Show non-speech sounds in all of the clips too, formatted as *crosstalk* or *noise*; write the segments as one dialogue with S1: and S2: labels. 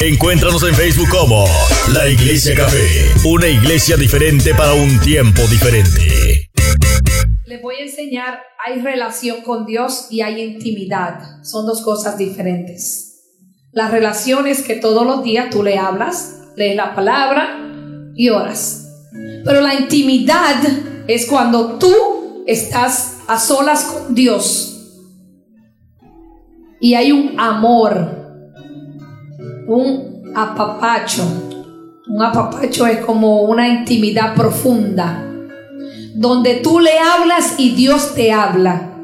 S1: Encuéntranos en Facebook como La Iglesia Café, una iglesia diferente para un tiempo diferente.
S2: Les voy a enseñar, hay relación con Dios y hay intimidad. Son dos cosas diferentes. La relación es que todos los días tú le hablas, lees la palabra y oras. Pero la intimidad es cuando tú estás a solas con Dios. Y hay un amor, un apapacho. Un apapacho es como una intimidad profunda, donde tú le hablas y Dios te habla.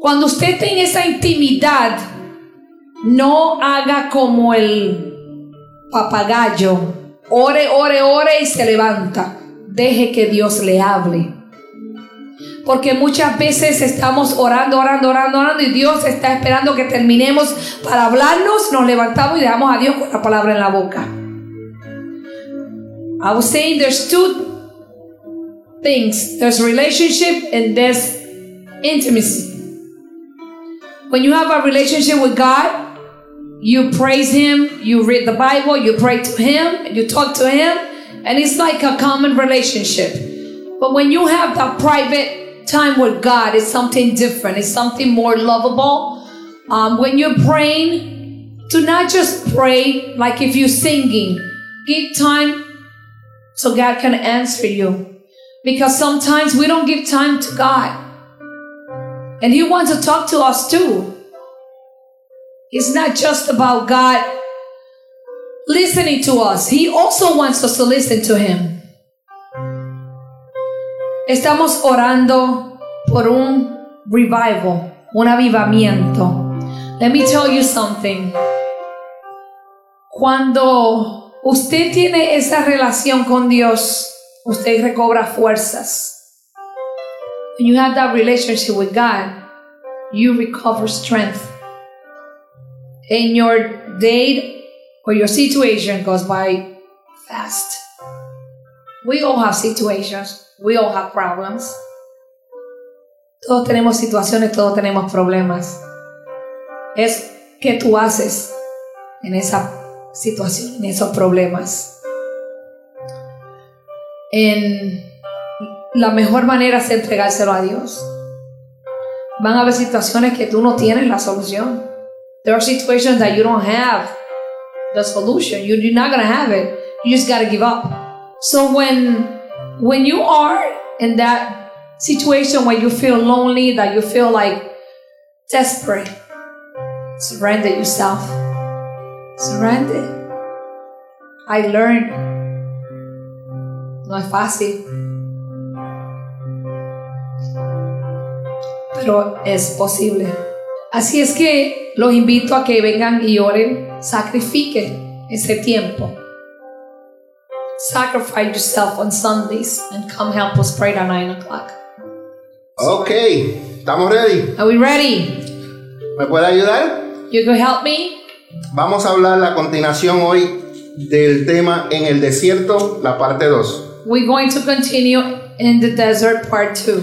S2: Cuando usted tenga esa intimidad, no haga como el papagayo. Ore, ore, ore y se levanta. Deje que Dios le hable. Porque muchas veces estamos orando, orando, orando, orando y Dios está esperando que terminemos para hablarnos, nos levantamos y damos a Dios con la palabra en la boca. I was saying there's two things. There's relationship and there's intimacy. When you have a relationship with God, you praise Him, you read the Bible, you pray to Him, you talk to Him, and it's like a common relationship. But when you have that private time with God, it's something different. It's something more lovable. Um, when you're praying, do not just pray like if you're singing. Give time so God can answer you. Because sometimes we don't give time to God. And He wants to talk to us too. It's not just about God listening to us, He also wants us to listen to Him. Estamos orando por un revival, un avivamiento. Let me tell you something. Cuando usted tiene esa relación con Dios, usted recobra fuerzas. When you have that relationship with God, you recover strength. And your day or your situation goes by fast. We all have situations. We all have problems. Todos tenemos situaciones, todos tenemos problemas. Es que tú haces en esa situación, en esos problemas. En la mejor manera es entregárselo a Dios. Van a haber situaciones que tú no tienes la solución. There are situations that you don't have the solution. You, you're not gonna have it. You just gotta give up. So when when you are in that situation where you feel lonely, that you feel like desperate, surrender yourself. Surrender. I learned. No es fácil. Pero es posible. Así es que los invito a que vengan y oren, sacrifiquen ese tiempo sacrifice yourself on Sundays and come help us pray at 9 o'clock.
S3: Ok, estamos ready.
S2: Are we ready?
S3: ¿Me puede ayudar?
S2: You can help me?
S3: Vamos a hablar la continuación hoy del tema en el desierto, la parte 2.
S2: We're going to continue in the desert part 2.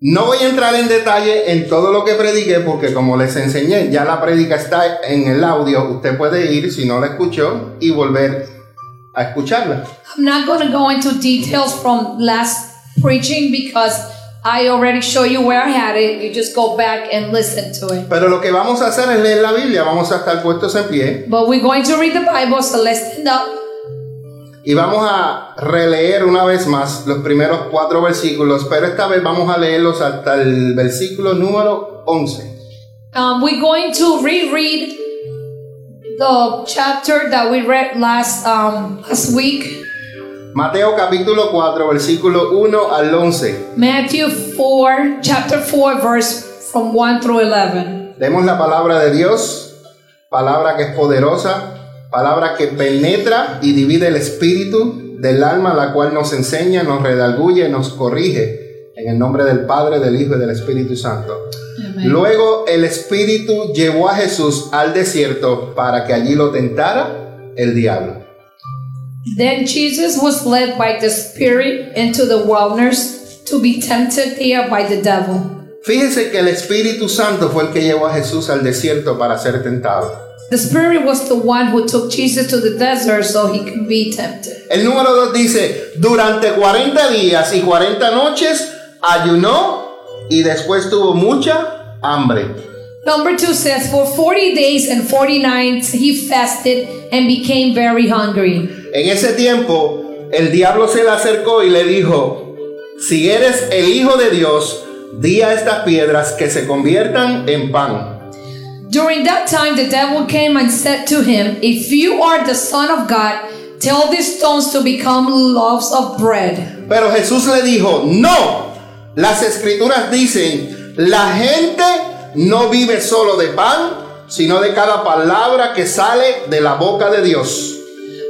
S3: No voy a entrar en detalle en todo lo que prediqué porque como les enseñé, ya la predica está en el audio. Usted puede ir, si no la escuchó, y volver a escucharla.
S2: I'm not going to go into details from last preaching because I already show you where I had it. You just go back and listen to it.
S3: Pero lo que vamos a hacer es leer la Biblia, vamos a estar puestos en pie
S2: But we're going to read the Bible, so let's stand up.
S3: y vamos a releer una vez más los primeros cuatro versículos, pero esta vez vamos a leerlos hasta el versículo número 11.
S2: Um, we're going to reread the chapter that we read last um, last week,
S3: Mateo capítulo 4, versículo 1 al 11.
S2: Matthew four, chapter four, verse from one through eleven.
S3: Demos la palabra de Dios, palabra que es poderosa, palabra que penetra y divide el espíritu del alma, la cual nos enseña, nos redarguye, nos corrige. En el nombre del Padre, del Hijo y del Espíritu Santo. Luego el Espíritu llevó a Jesús al desierto para que allí lo tentara el diablo.
S2: Then Jesus was led by the Spirit into the wilderness to be tempted there by the devil.
S3: Fíjese que el Espíritu Santo fue el que llevó a Jesús al desierto para ser tentado.
S2: The Spirit was the one who took Jesus to the desert so he could be tempted.
S3: El número 2 dice, durante 40 días y 40 noches ayunó y después tuvo mucha hambre.
S2: Number two says, For 40 days and 40 nights he fasted and became very hungry.
S3: En ese tiempo, el diablo se le acercó y le dijo, si eres el Hijo de Dios, di a estas piedras que se conviertan en pan.
S2: During that time, the devil came and said to him, If you are the Son of God, tell these stones to become loaves of bread.
S3: Pero Jesús le dijo, no, las escrituras dicen, la gente no vive solo de pan, sino de cada palabra que sale de la boca de Dios.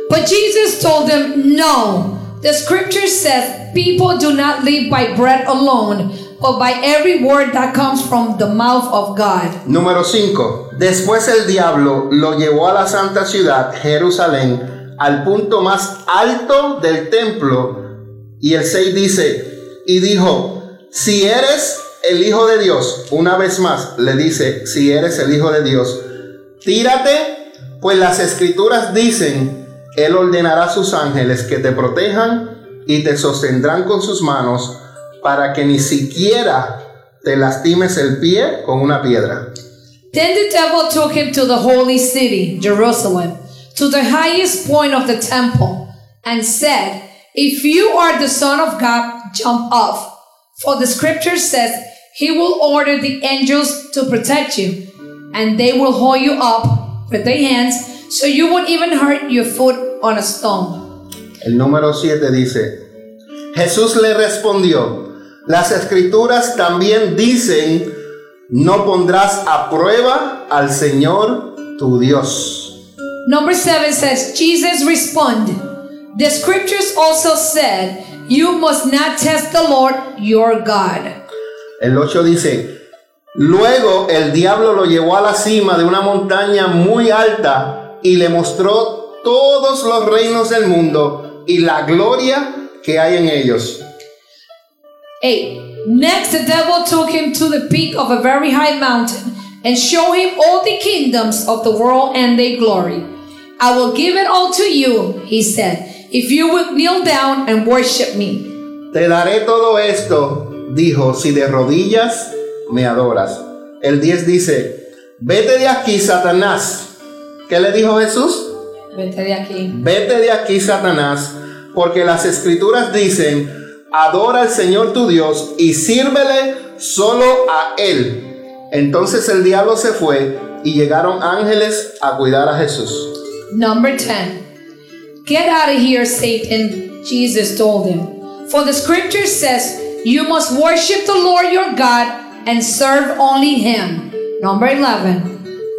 S2: But Jesus told them, No. The scripture says, People do not live by bread alone, but by every word that comes from the mouth of God.
S3: Número 5. Después el diablo lo llevó a la santa ciudad, Jerusalén, al punto más alto del templo. Y el 6 dice, y dijo, si eres el Hijo de Dios, una vez más le dice, si eres el Hijo de Dios, tírate, pues las escrituras dicen, Él ordenará a sus ángeles que te protejan y te sostendrán con sus manos para que ni siquiera te lastimes el pie con una piedra.
S2: Then the devil took him to the holy city, Jerusalem, to the highest point of the temple, and said, If you are the Son of God, jump off. For the scripture says, He will order the angels to protect you, and they will hold you up with their hands, so you won't even hurt your foot on a stone.
S3: El número 7 dice, Jesús le respondió, las escrituras también dicen, no pondrás a prueba al Señor tu Dios.
S2: Number seven says, Jesus responded, The scriptures also said, You must not test the Lord your God.
S3: El 8 dice, luego el diablo lo llevó a la cima de una montaña muy alta y le mostró todos los reinos del mundo y la gloria que hay en ellos.
S2: 8. Next, the devil took him to the peak of a very high mountain and showed him all the kingdoms of the world and their glory. I will give it all to you, he said, if you will kneel down and worship me.
S3: Te daré todo esto, dijo, si de rodillas me adoras. El 10 dice, vete de aquí, Satanás. ¿Qué le dijo Jesús?
S2: Vete de aquí.
S3: Vete de aquí, Satanás, porque las escrituras dicen, adora al Señor tu Dios y sírvele solo a Él. Entonces el diablo se fue y llegaron ángeles a cuidar a Jesús.
S2: Number 10. Get out of here, Satan, Jesus told him. For the scripture says, You must worship the Lord your God and serve only him. Number 11.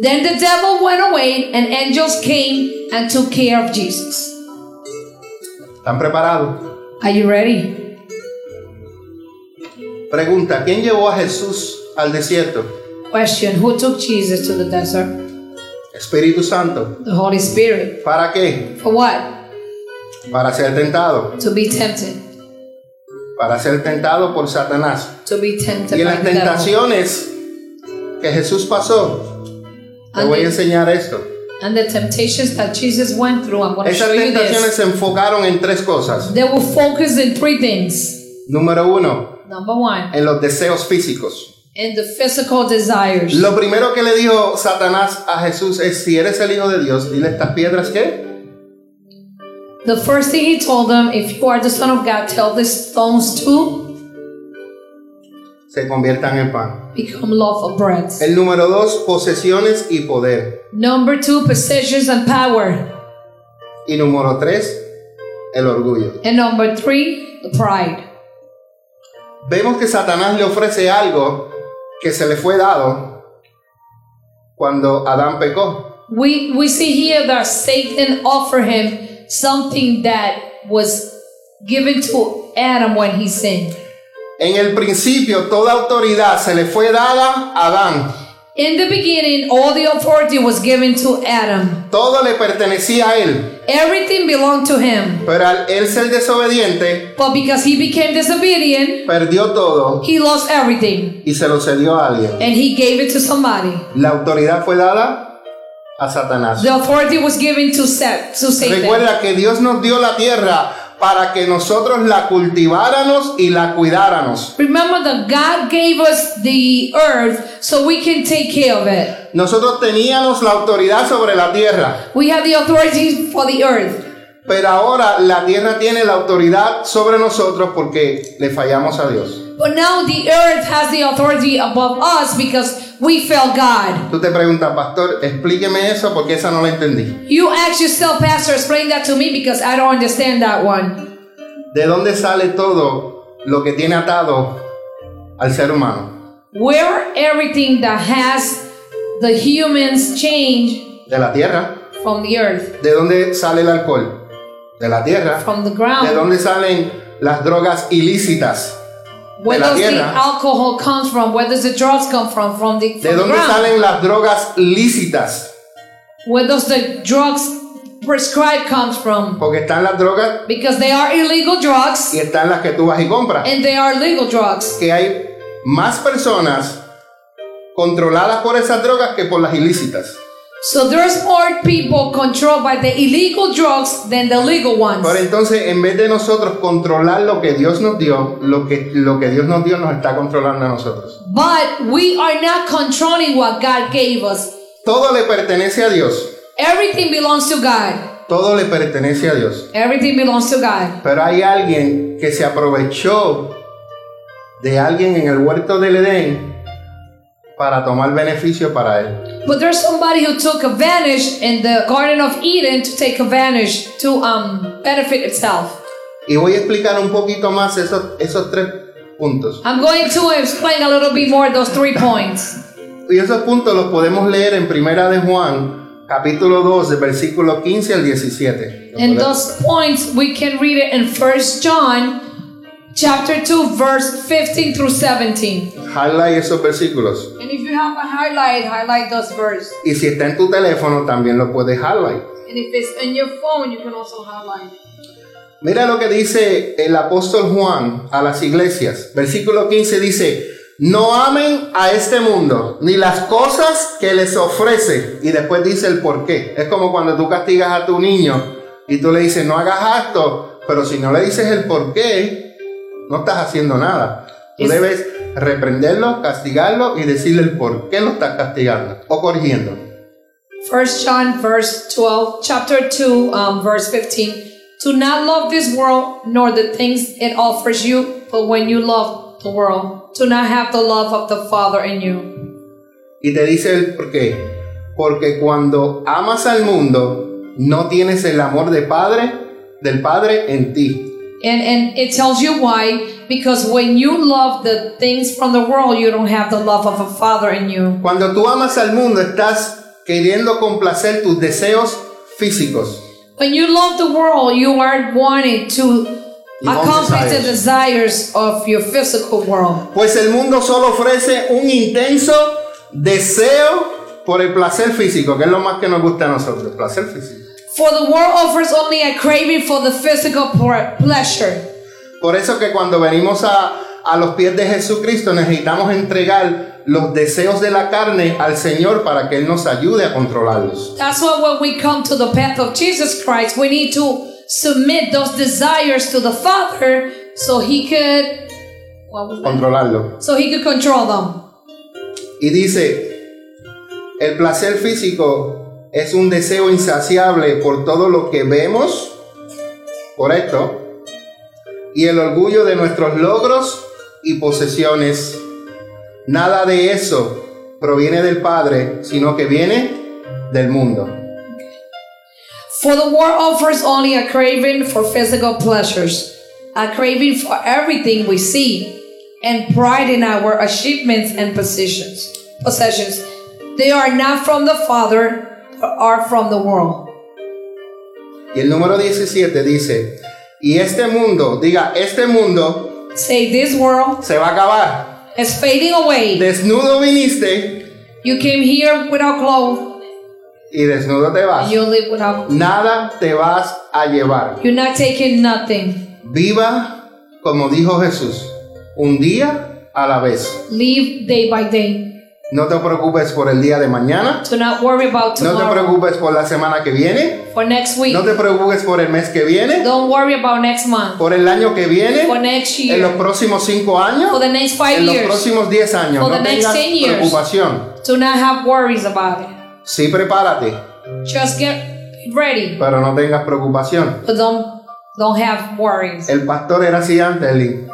S2: Then the devil went away, and angels came and took care of Jesus.
S3: ¿Están preparados?
S2: Are you ready?
S3: Pregunta, ¿quién llevó a Jesús al desierto?
S2: Question Who took Jesus to the desert?
S3: Espíritu Santo.
S2: The Holy Spirit.
S3: ¿Para qué?
S2: For what?
S3: Para ser tentado.
S2: To be tempted.
S3: Para ser tentado por Satanás.
S2: To be tempted
S3: Y en
S2: by
S3: las
S2: the devil.
S3: tentaciones que Jesús pasó, te voy a enseñar esto.
S2: And the temptations that Jesus went through, I'm going to
S3: Esas
S2: show you
S3: tentaciones
S2: this.
S3: se enfocaron en tres cosas.
S2: They will focus in three things.
S3: Número uno,
S2: Number one,
S3: en los deseos físicos.
S2: in the physical desires.
S3: Lo primero que le dijo Satanás a Jesús es, si eres el Hijo de Dios, dile estas piedras que
S2: The first thing he told them, if you are the son of God, tell these stones to
S3: se conviertan en pan.
S2: become loaf of bread.
S3: El número dos, posesiones y poder.
S2: Number two, possessions and power.
S3: Y número tres, el orgullo.
S2: And number three, the pride.
S3: Vemos que Satanás le ofrece algo que se le fue dado cuando Adán pecó.
S2: We we see here that Satan offered him something that was given to Adam when he sinned.
S3: En el principio toda autoridad se le fue dada a Adán.
S2: In the beginning, all the authority was given to Adam.
S3: Todo le pertenecía a él.
S2: Everything belonged to him.
S3: Pero al él ser desobediente,
S2: But because he became disobedient,
S3: perdió todo
S2: he lost everything
S3: y se lo cedió a alguien.
S2: and he gave it to somebody.
S3: La autoridad fue dada a Satanás.
S2: The authority was given to, Sa- to Satan.
S3: Recuerda que Dios nos dio la tierra para que nosotros la cultiváramos y la cuidáramos.
S2: Remember that God gave us the earth so we can take care of it.
S3: Nosotros teníamos la autoridad sobre la tierra,
S2: We have the authority for the earth.
S3: pero ahora la tierra tiene la autoridad sobre nosotros porque le fallamos a Dios.
S2: But now the earth has the authority above us because we fell God.
S3: Tú te preguntas, pastor, explíqueme eso porque esa no la entendí.
S2: You ask yourself, Pastor, explain that to me because I don't understand that one.
S3: ¿De dónde sale todo lo que tiene atado al ser humano?
S2: Where everything that has the humans change
S3: De la tierra.
S2: from the earth,
S3: ¿De dónde sale el alcohol? De la tierra.
S2: from the
S3: ¿De
S2: ground,
S3: dónde salen las drogas ilícitas?
S2: where
S3: de la
S2: does the
S3: tierra.
S2: alcohol comes from? Where does the drugs come from? From the,
S3: ¿De
S2: from the
S3: dónde
S2: ground.
S3: salen las drogas lícitas?
S2: Where does the drugs prescribed comes from?
S3: Porque están las drogas
S2: Because they are illegal drugs
S3: y están las que tú vas y compras.
S2: and they are legal drugs.
S3: Que hay más personas controladas por esas drogas que por las ilícitas.
S2: So there's more people controlled by the illegal drugs than the legal ones.
S3: Ahora entonces, en vez de nosotros controlar lo que Dios nos dio, lo que, lo que Dios nos dio nos está controlando a nosotros.
S2: But we are not controlling what God gave us.
S3: Todo le pertenece a Dios.
S2: Everything belongs to God.
S3: Todo le pertenece a Dios.
S2: Everything belongs to God.
S3: Pero hay alguien que se aprovechó de alguien en el huerto del Edén para tomar beneficio para él.
S2: But there's somebody who took advantage in the Garden of Eden to take advantage to um, benefit itself.
S3: Y voy a explicar un poquito más esos, esos tres puntos.
S2: I'm going to explain a little bit more those three points.
S3: Y esos puntos los podemos leer en Primera de Juan, capítulo 2, de versículo 15 al 17. Lo
S2: And
S3: podemos-
S2: those points we can read it in First John chapter 2 verse 15 through 17.
S3: Highlight esos versículos.
S2: And if you have a highlight, highlight those verse.
S3: Y si está en tu teléfono, también lo puedes highlight.
S2: And if it's on your phone, you can also highlight it.
S3: Mira lo que dice el apóstol Juan a las iglesias. Versículo 15 dice, no amen a este mundo, ni las cosas que les ofrece. Y después dice el por qué. Es como cuando tú castigas a tu niño y tú le dices, no hagas esto, pero si no le dices el por qué, no estás haciendo nada. Tú
S2: Es-
S3: debes reprenderlo, castigarlo y decirle el por qué lo estás castigando o corrigiendo.
S2: First John verse 12 chapter 2 um, verse 15. Do not love this world nor the things it offers you, but when you love the world, do not have the love of the Father in you.
S3: Y te dice el por qué. Porque cuando amas al mundo, no tienes el amor de padre, del Padre en ti.
S2: And and it tells you why because when you love the things from the world, you don't have the love of a father in you.
S3: Cuando tú amas al mundo, estás queriendo complacer tus deseos físicos.
S2: When you love the world, you are wanting to
S3: Your own
S2: accomplish the desires
S3: desires.
S2: of your physical world.
S3: Pues el mundo solo ofrece un intenso deseo por el placer físico, que es lo más que nos gusta a nosotros, el placer físico.
S2: For the world offers only a craving for the physical pl- pleasure.
S3: Por eso que cuando venimos a, a los pies de Jesucristo necesitamos entregar los deseos de la carne al Señor para que Él nos ayude a controlarlos.
S2: That's why when we come to the path of Jesus Christ, we need to submit those desires to the Father so He could, what was that?
S3: Controlarlos.
S2: so He could control them.
S3: Y dice, el placer físico es un deseo insaciable por todo lo que vemos, correcto, y el orgullo de nuestros logros y posesiones. Nada de eso proviene del Padre, sino que viene del mundo.
S2: For the world offers only a craving for physical pleasures, a craving for everything we see, and pride in our achievements and positions, possessions. They are not from the Father, but are from the world.
S3: Y el número 17 dice, y este mundo, diga, este mundo
S2: Say, this world
S3: se va a acabar.
S2: is fading away.
S3: Desnudo viniste
S2: You came here without clothes,
S3: y desnudo te vas.
S2: and you live without.
S3: Nada te vas a llevar.
S2: You're not taking nothing.
S3: Viva, como dijo Jesús, un día a la vez.
S2: Live day by day.
S3: No te preocupes por el día de mañana.
S2: Do not worry about
S3: No te
S2: tomorrow
S3: preocupes por la semana que viene.
S2: for next week.
S3: No te preocupes por el mes que viene.
S2: Don't worry about next month,
S3: Por el año que
S2: for
S3: viene.
S2: next
S3: En los
S2: year,
S3: próximos cinco
S2: for
S3: años.
S2: the next five
S3: En los
S2: years.
S3: próximos 10 años.
S2: For
S3: No
S2: the next
S3: tengas
S2: 10 years.
S3: preocupación.
S2: Do not have worries about it.
S3: Sí, prepárate,
S2: Just get ready,
S3: pero no tengas preocupación.
S2: but don't don't have worries.
S3: El pastor era así antes, Lin.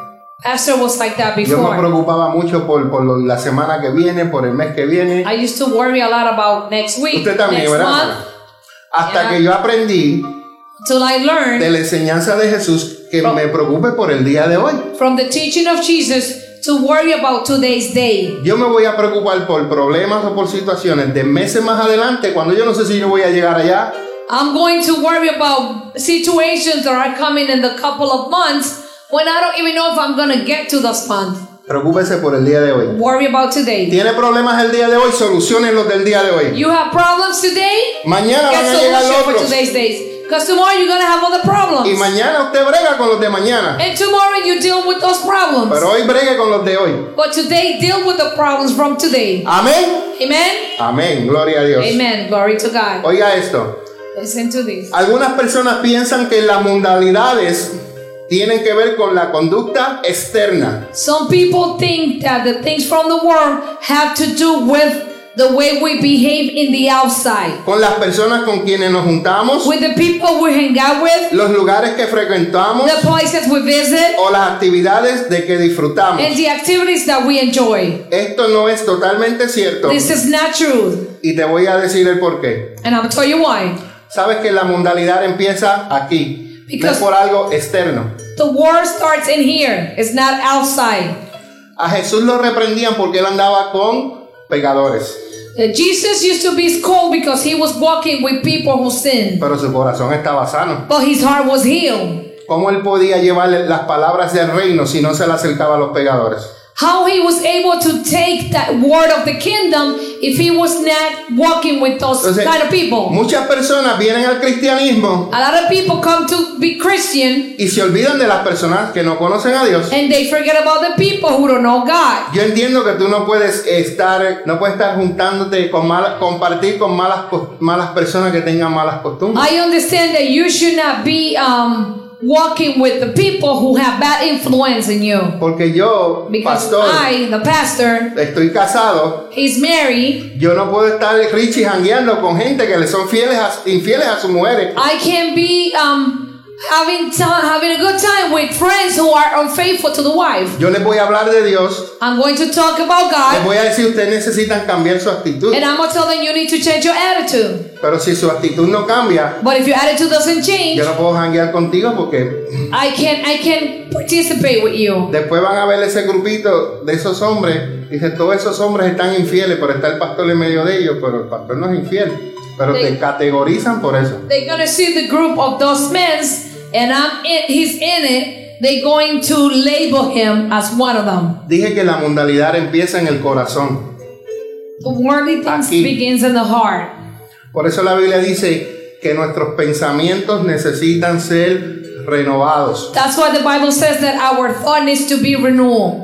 S2: Esther was like that
S3: Yo me
S2: before.
S3: preocupaba mucho por, por lo- la semana que viene, por el mes que viene.
S2: I used to worry a lot about next week,
S3: Usted también,
S2: next
S3: ¿verdad?
S2: month,
S3: Hasta
S2: Yeah.
S3: que yo aprendí
S2: till I
S3: de
S2: learned
S3: la enseñanza de Jesús que me preocupe por el día de hoy.
S2: from the teaching of Jesus to worry about today's day.
S3: Yo me voy a preocupar por problemas o por situaciones de meses más adelante, cuando yo no sé si yo voy a llegar allá,
S2: I'm going to worry about situations that are coming in the couple of months when I don't even know if I'm gonna get to this month.
S3: Preocúpese por el día de hoy.
S2: Worry about today.
S3: Tiene problemas el día de hoy, solucionen los del día de hoy.
S2: You have problems today?
S3: Mañana van
S2: Get
S3: a llegar
S2: solution for
S3: otros.
S2: today's days. Because tomorrow you're gonna have other
S3: Y
S2: problems.
S3: mañana usted brega con los de mañana.
S2: And tomorrow you deal with those problems.
S3: Pero hoy bregue con los de hoy.
S2: But today deal with the problems from today.
S3: Amén.
S2: Amen?
S3: Amén. Gloria a Dios.
S2: Amen. Glory to God.
S3: Oiga esto.
S2: Listen to this.
S3: Algunas personas piensan que las modalidades tienen que ver con la conducta externa.
S2: Some people think that the things from the world have to do with the way we behave in the outside,
S3: Con las personas con quienes nos juntamos,
S2: with the people we hang out with,
S3: los lugares que frecuentamos
S2: the places we visit,
S3: o las actividades de que disfrutamos.
S2: and the activities that we enjoy.
S3: Esto no es totalmente cierto
S2: This is not true.
S3: y te voy a decir el por qué.
S2: And I'll tell you why.
S3: Sabes que la mundanalidad empieza aquí, no es
S2: Because-
S3: por algo externo.
S2: The war starts in here, it's not outside.
S3: A Jesús lo reprendían porque él andaba con pecadores,
S2: Uh, Jesus used to be scolded because he was walking with people who sinned,
S3: pero su corazón estaba sano.
S2: but his heart was healed.
S3: ¿Cómo él podía llevarle las palabras del reino si no se le acercaba a los pecadores?
S2: How he was able to take that word of the kingdom if he was not walking with those
S3: Entonces,
S2: kind of people.
S3: muchas personas vienen al cristianismo
S2: A lot of people come to be Christian
S3: y se olvidan de las personas que no conocen a Dios.
S2: and they forget about the people who don't know God.
S3: Yo entiendo que tú no puedes estar, no puedes estar juntándote con malas, compartir con malas, cos- malas personas que tengan malas costumbres.
S2: I understand that you should not be um, walking with the people who have bad influence in you.
S3: Porque yo,
S2: Because
S3: pastor,
S2: I, the pastor,
S3: estoy casado.
S2: is married.
S3: Yo no puedo estar Richie jangueando con gente que le son fieles a- infieles a sus mujeres.
S2: I can be um, having ti- having a good time with friends who are unfaithful to the wife.
S3: Yo les voy a hablar de Dios.
S2: I'm going to talk about
S3: Les
S2: God
S3: voy a decir, ustedes necesitan cambiar su actitud.
S2: and I'm gonna tell them you need to change your attitude.
S3: Pero si su actitud no cambia,
S2: But if your attitude doesn't change,
S3: yo no puedo janguear contigo porque
S2: I can I can participate with you.
S3: Después van a ver ese grupito de esos hombres. Dice, todos esos hombres están infieles, pero está el pastor en medio de ellos, pero el pastor no es infiel. Pero te
S2: Sí.
S3: categorizan por eso.
S2: They're gonna see the group of those men and I'm in, he's in it. They're going to label him as one of them.
S3: Dije que la mundanalidad empieza en el corazón.
S2: The worldly things
S3: Aquí.
S2: begins in the heart.
S3: Por eso la Biblia dice que nuestros pensamientos necesitan ser renovados.
S2: That's why the Bible says that our thought needs to be renewal.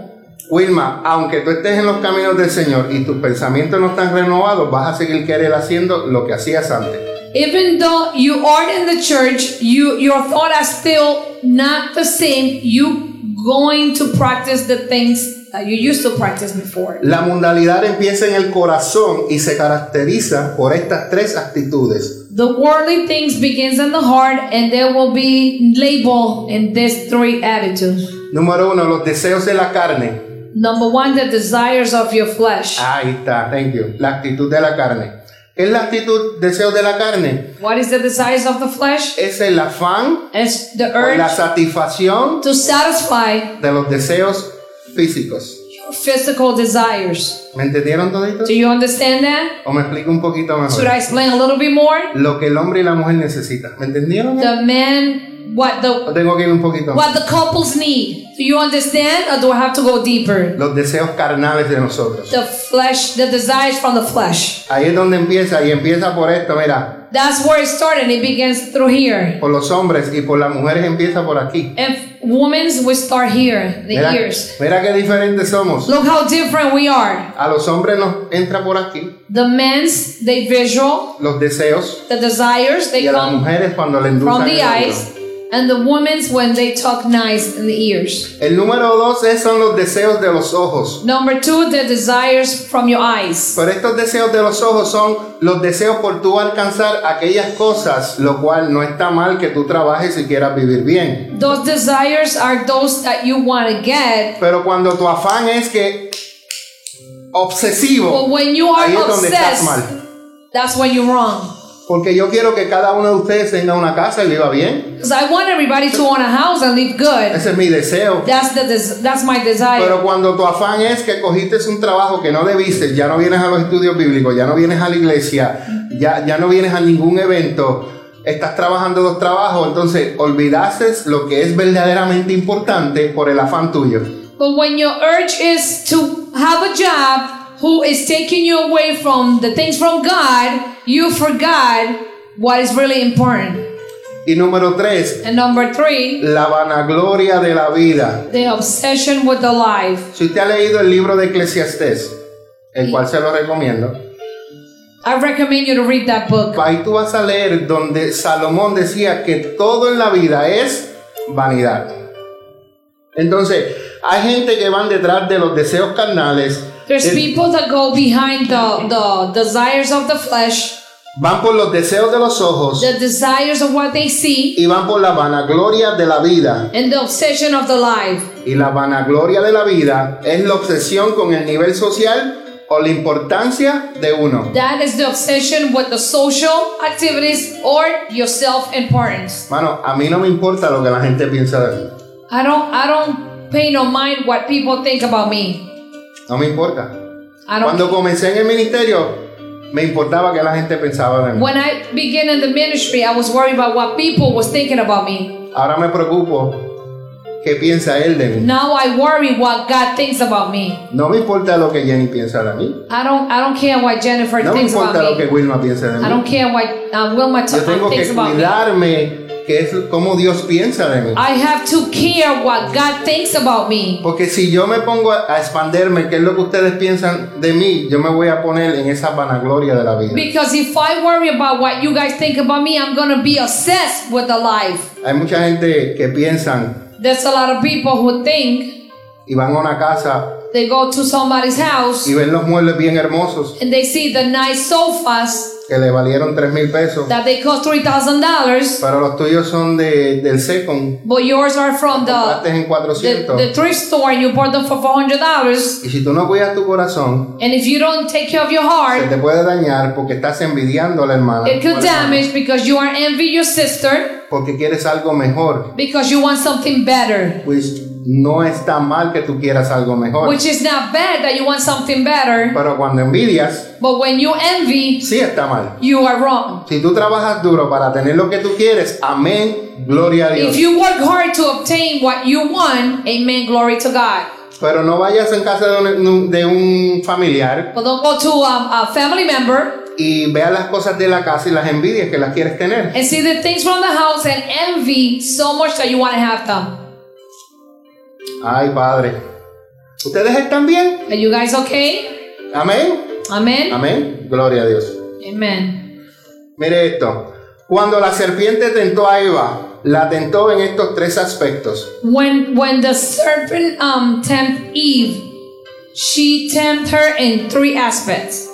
S3: Wilma, aunque tú estés en los caminos del Señor y tus pensamientos no están renovados, vas a seguir querer haciendo lo que hacías antes.
S2: Even though you are in the church, you your thoughts are still not the same. You going to practice the things that you used to practice before.
S3: La mundanalidad empieza en el corazón y se caracteriza por estas tres actitudes.
S2: The worldly things begins in the heart, and there will be label in these three attitudes.
S3: Número uno, los deseos de la carne.
S2: Number one, the desires of your flesh.
S3: Ahí está, thank you. La actitud de la carne. ¿Qué es la actitud, deseo de la carne?
S2: What is the desires of the flesh?
S3: Es el afán
S2: It's the
S3: o la
S2: urge
S3: satisfacción
S2: to satisfy
S3: de los deseos físicos.
S2: your physical desires.
S3: ¿Me entendieron todito?
S2: Do you understand that?
S3: ¿O me explico un poquito
S2: Should
S3: mejor?
S2: I explain a little bit more?
S3: Lo que el hombre y la mujer necesitan. ¿Me entendieron?
S2: The man, what the
S3: ¿O tengo que ir un poquito más?
S2: what the couples need. Do you understand, or do I have to go deeper?
S3: Los deseos carnales de nosotros.
S2: The flesh, the desires from the flesh.
S3: Ahí es donde empieza y empieza por esto, mira.
S2: That's where it started. It begins through here.
S3: Por los hombres y por las mujeres empieza por aquí.
S2: If women's, we start here, the
S3: Mira,
S2: ears.
S3: mira qué diferentes somos.
S2: Look how different we are.
S3: A los hombres nos entra por aquí
S2: The men's, they visual,
S3: los deseos
S2: the desires, they
S3: y a las
S2: come
S3: mujeres cuando le endulzan
S2: from the
S3: el oído.
S2: eyes, and the women's when they talk nice in the ears.
S3: El número dos es, son los deseos de los ojos.
S2: Number two, the desires from your eyes.
S3: Pero estos deseos de los ojos son los deseos por tú alcanzar aquellas cosas, lo cual no está mal que tú trabajes y quieras vivir bien.
S2: Those desires are those that you want to get.
S3: Pero cuando tu afán es que
S2: But
S3: obsesivo,
S2: when you
S3: ahí
S2: are
S3: es donde estás
S2: obsessed,
S3: mal.
S2: that's when you're wrong.
S3: Porque yo quiero que cada uno de ustedes tenga una casa y viva bien.
S2: Because I want everybody to own a house and live good.
S3: Ese es mi deseo.
S2: That's the des- that's my desire.
S3: Pero cuando tu afán es que cogiste un trabajo que no debiste, ya no vienes a los estudios bíblicos, ya no vienes a la iglesia, ya, ya no vienes a ningún evento, estás trabajando dos trabajos, entonces olvidaste lo que es verdaderamente importante por el afán tuyo.
S2: But when your urge is to have a job who is taking you away from the things from God, you forgot what is really important.
S3: Y número tres,
S2: And number three,
S3: la vanagloria de la vida.
S2: the obsession with the life.
S3: Si usted ha leído el libro de Eclesiastés, el cual se lo recomiendo,
S2: I recommend you to read that book.
S3: ahí tú vas a leer donde Salomón decía que todo en la vida es vanidad. Entonces, hay gente que van detrás de los deseos carnales,
S2: There's
S3: eh,
S2: people that go behind the, the desires of the flesh,
S3: van por los deseos de los ojos
S2: the desires of what they see,
S3: y van por la vanagloria de la vida.
S2: and the obsession of the life.
S3: Y la vanagloria de la vida es la obsesión con el nivel social o la importancia de uno.
S2: That is the obsession with the social activities or your self importance.
S3: Mano, a mí no me importa lo que la gente piensa de mí.
S2: I don't I don't pay no mind what people think about me.
S3: No me importa.
S2: I don't
S3: Cuando comencé en el ministerio, me importaba que la gente pensaba de mí.
S2: when I began in the ministry, I was worried about what people was thinking about me.
S3: Ahora me preocupo qué piensa él de mí.
S2: Now I worry what God thinks about me.
S3: No me importa lo que Jenny piensa de mí.
S2: I don't I don't care what Jennifer
S3: No me
S2: thinks
S3: importa
S2: about
S3: lo que
S2: me.
S3: Wilma piensa de
S2: I don't
S3: mí.
S2: care what uh, Wilma t-
S3: Yo tengo
S2: thinks
S3: que
S2: about me.
S3: cuidarme, que es como Dios piensa de mí.
S2: I have to care what God thinks about me.
S3: Porque si yo me pongo a a expanderme, qué es lo que ustedes piensan de mí, yo me voy a poner en esa vanagloria de la vida.
S2: Because if I worry about what you guys think about me, I'm gonna be obsessed with the life.
S3: Hay mucha gente que piensan
S2: There's a lot of people who think
S3: y van a una casa
S2: they go to somebody's house
S3: y ven los muebles bien hermosos
S2: and they see the nice sofas
S3: que le valieron 3 mil pesos,
S2: that they cost three thousand dollars,
S3: pero los tuyos son de, del Second,
S2: but yours are from
S3: compraste
S2: the
S3: en
S2: the,
S3: 400.
S2: the thrift store and you bought them for four hundred dollars.
S3: Y si tú no cuidas tu corazón,
S2: And if you don't take care of your
S3: se
S2: heart,
S3: te puede dañar porque estás envidiando a la hermana.
S2: it
S3: o
S2: could
S3: al hermano,
S2: damage because you are envy your sister
S3: Porque quieres algo mejor.
S2: because you want something better,
S3: Pues no está mal que tú quieras algo mejor.
S2: which is not bad that you want something better.
S3: pero cuando envidias,
S2: But when you envy,
S3: sí está mal.
S2: you are wrong.
S3: Si tú trabajas duro para tener lo que tú quieres, amén, gloria a Dios.
S2: If you work hard to obtain what you want, amen, glory to God.
S3: pero no vayas en casa de un, de un familiar
S2: But don't go to um, a family member
S3: y veas las cosas de la casa y las envidias que las quieres tener.
S2: and see the things from the house and envy so much that you want to have them.
S3: Ay, Padre. ¿Ustedes están bien?
S2: Are you guys okay?
S3: Amén.
S2: Amen.
S3: Amén. Gloria a Dios.
S2: Amen.
S3: Mire esto. Cuando la serpiente tentó a Eva, la tentó en estos tres aspectos.
S2: When when the serpent um tempt Eve, she tempt her in three aspects.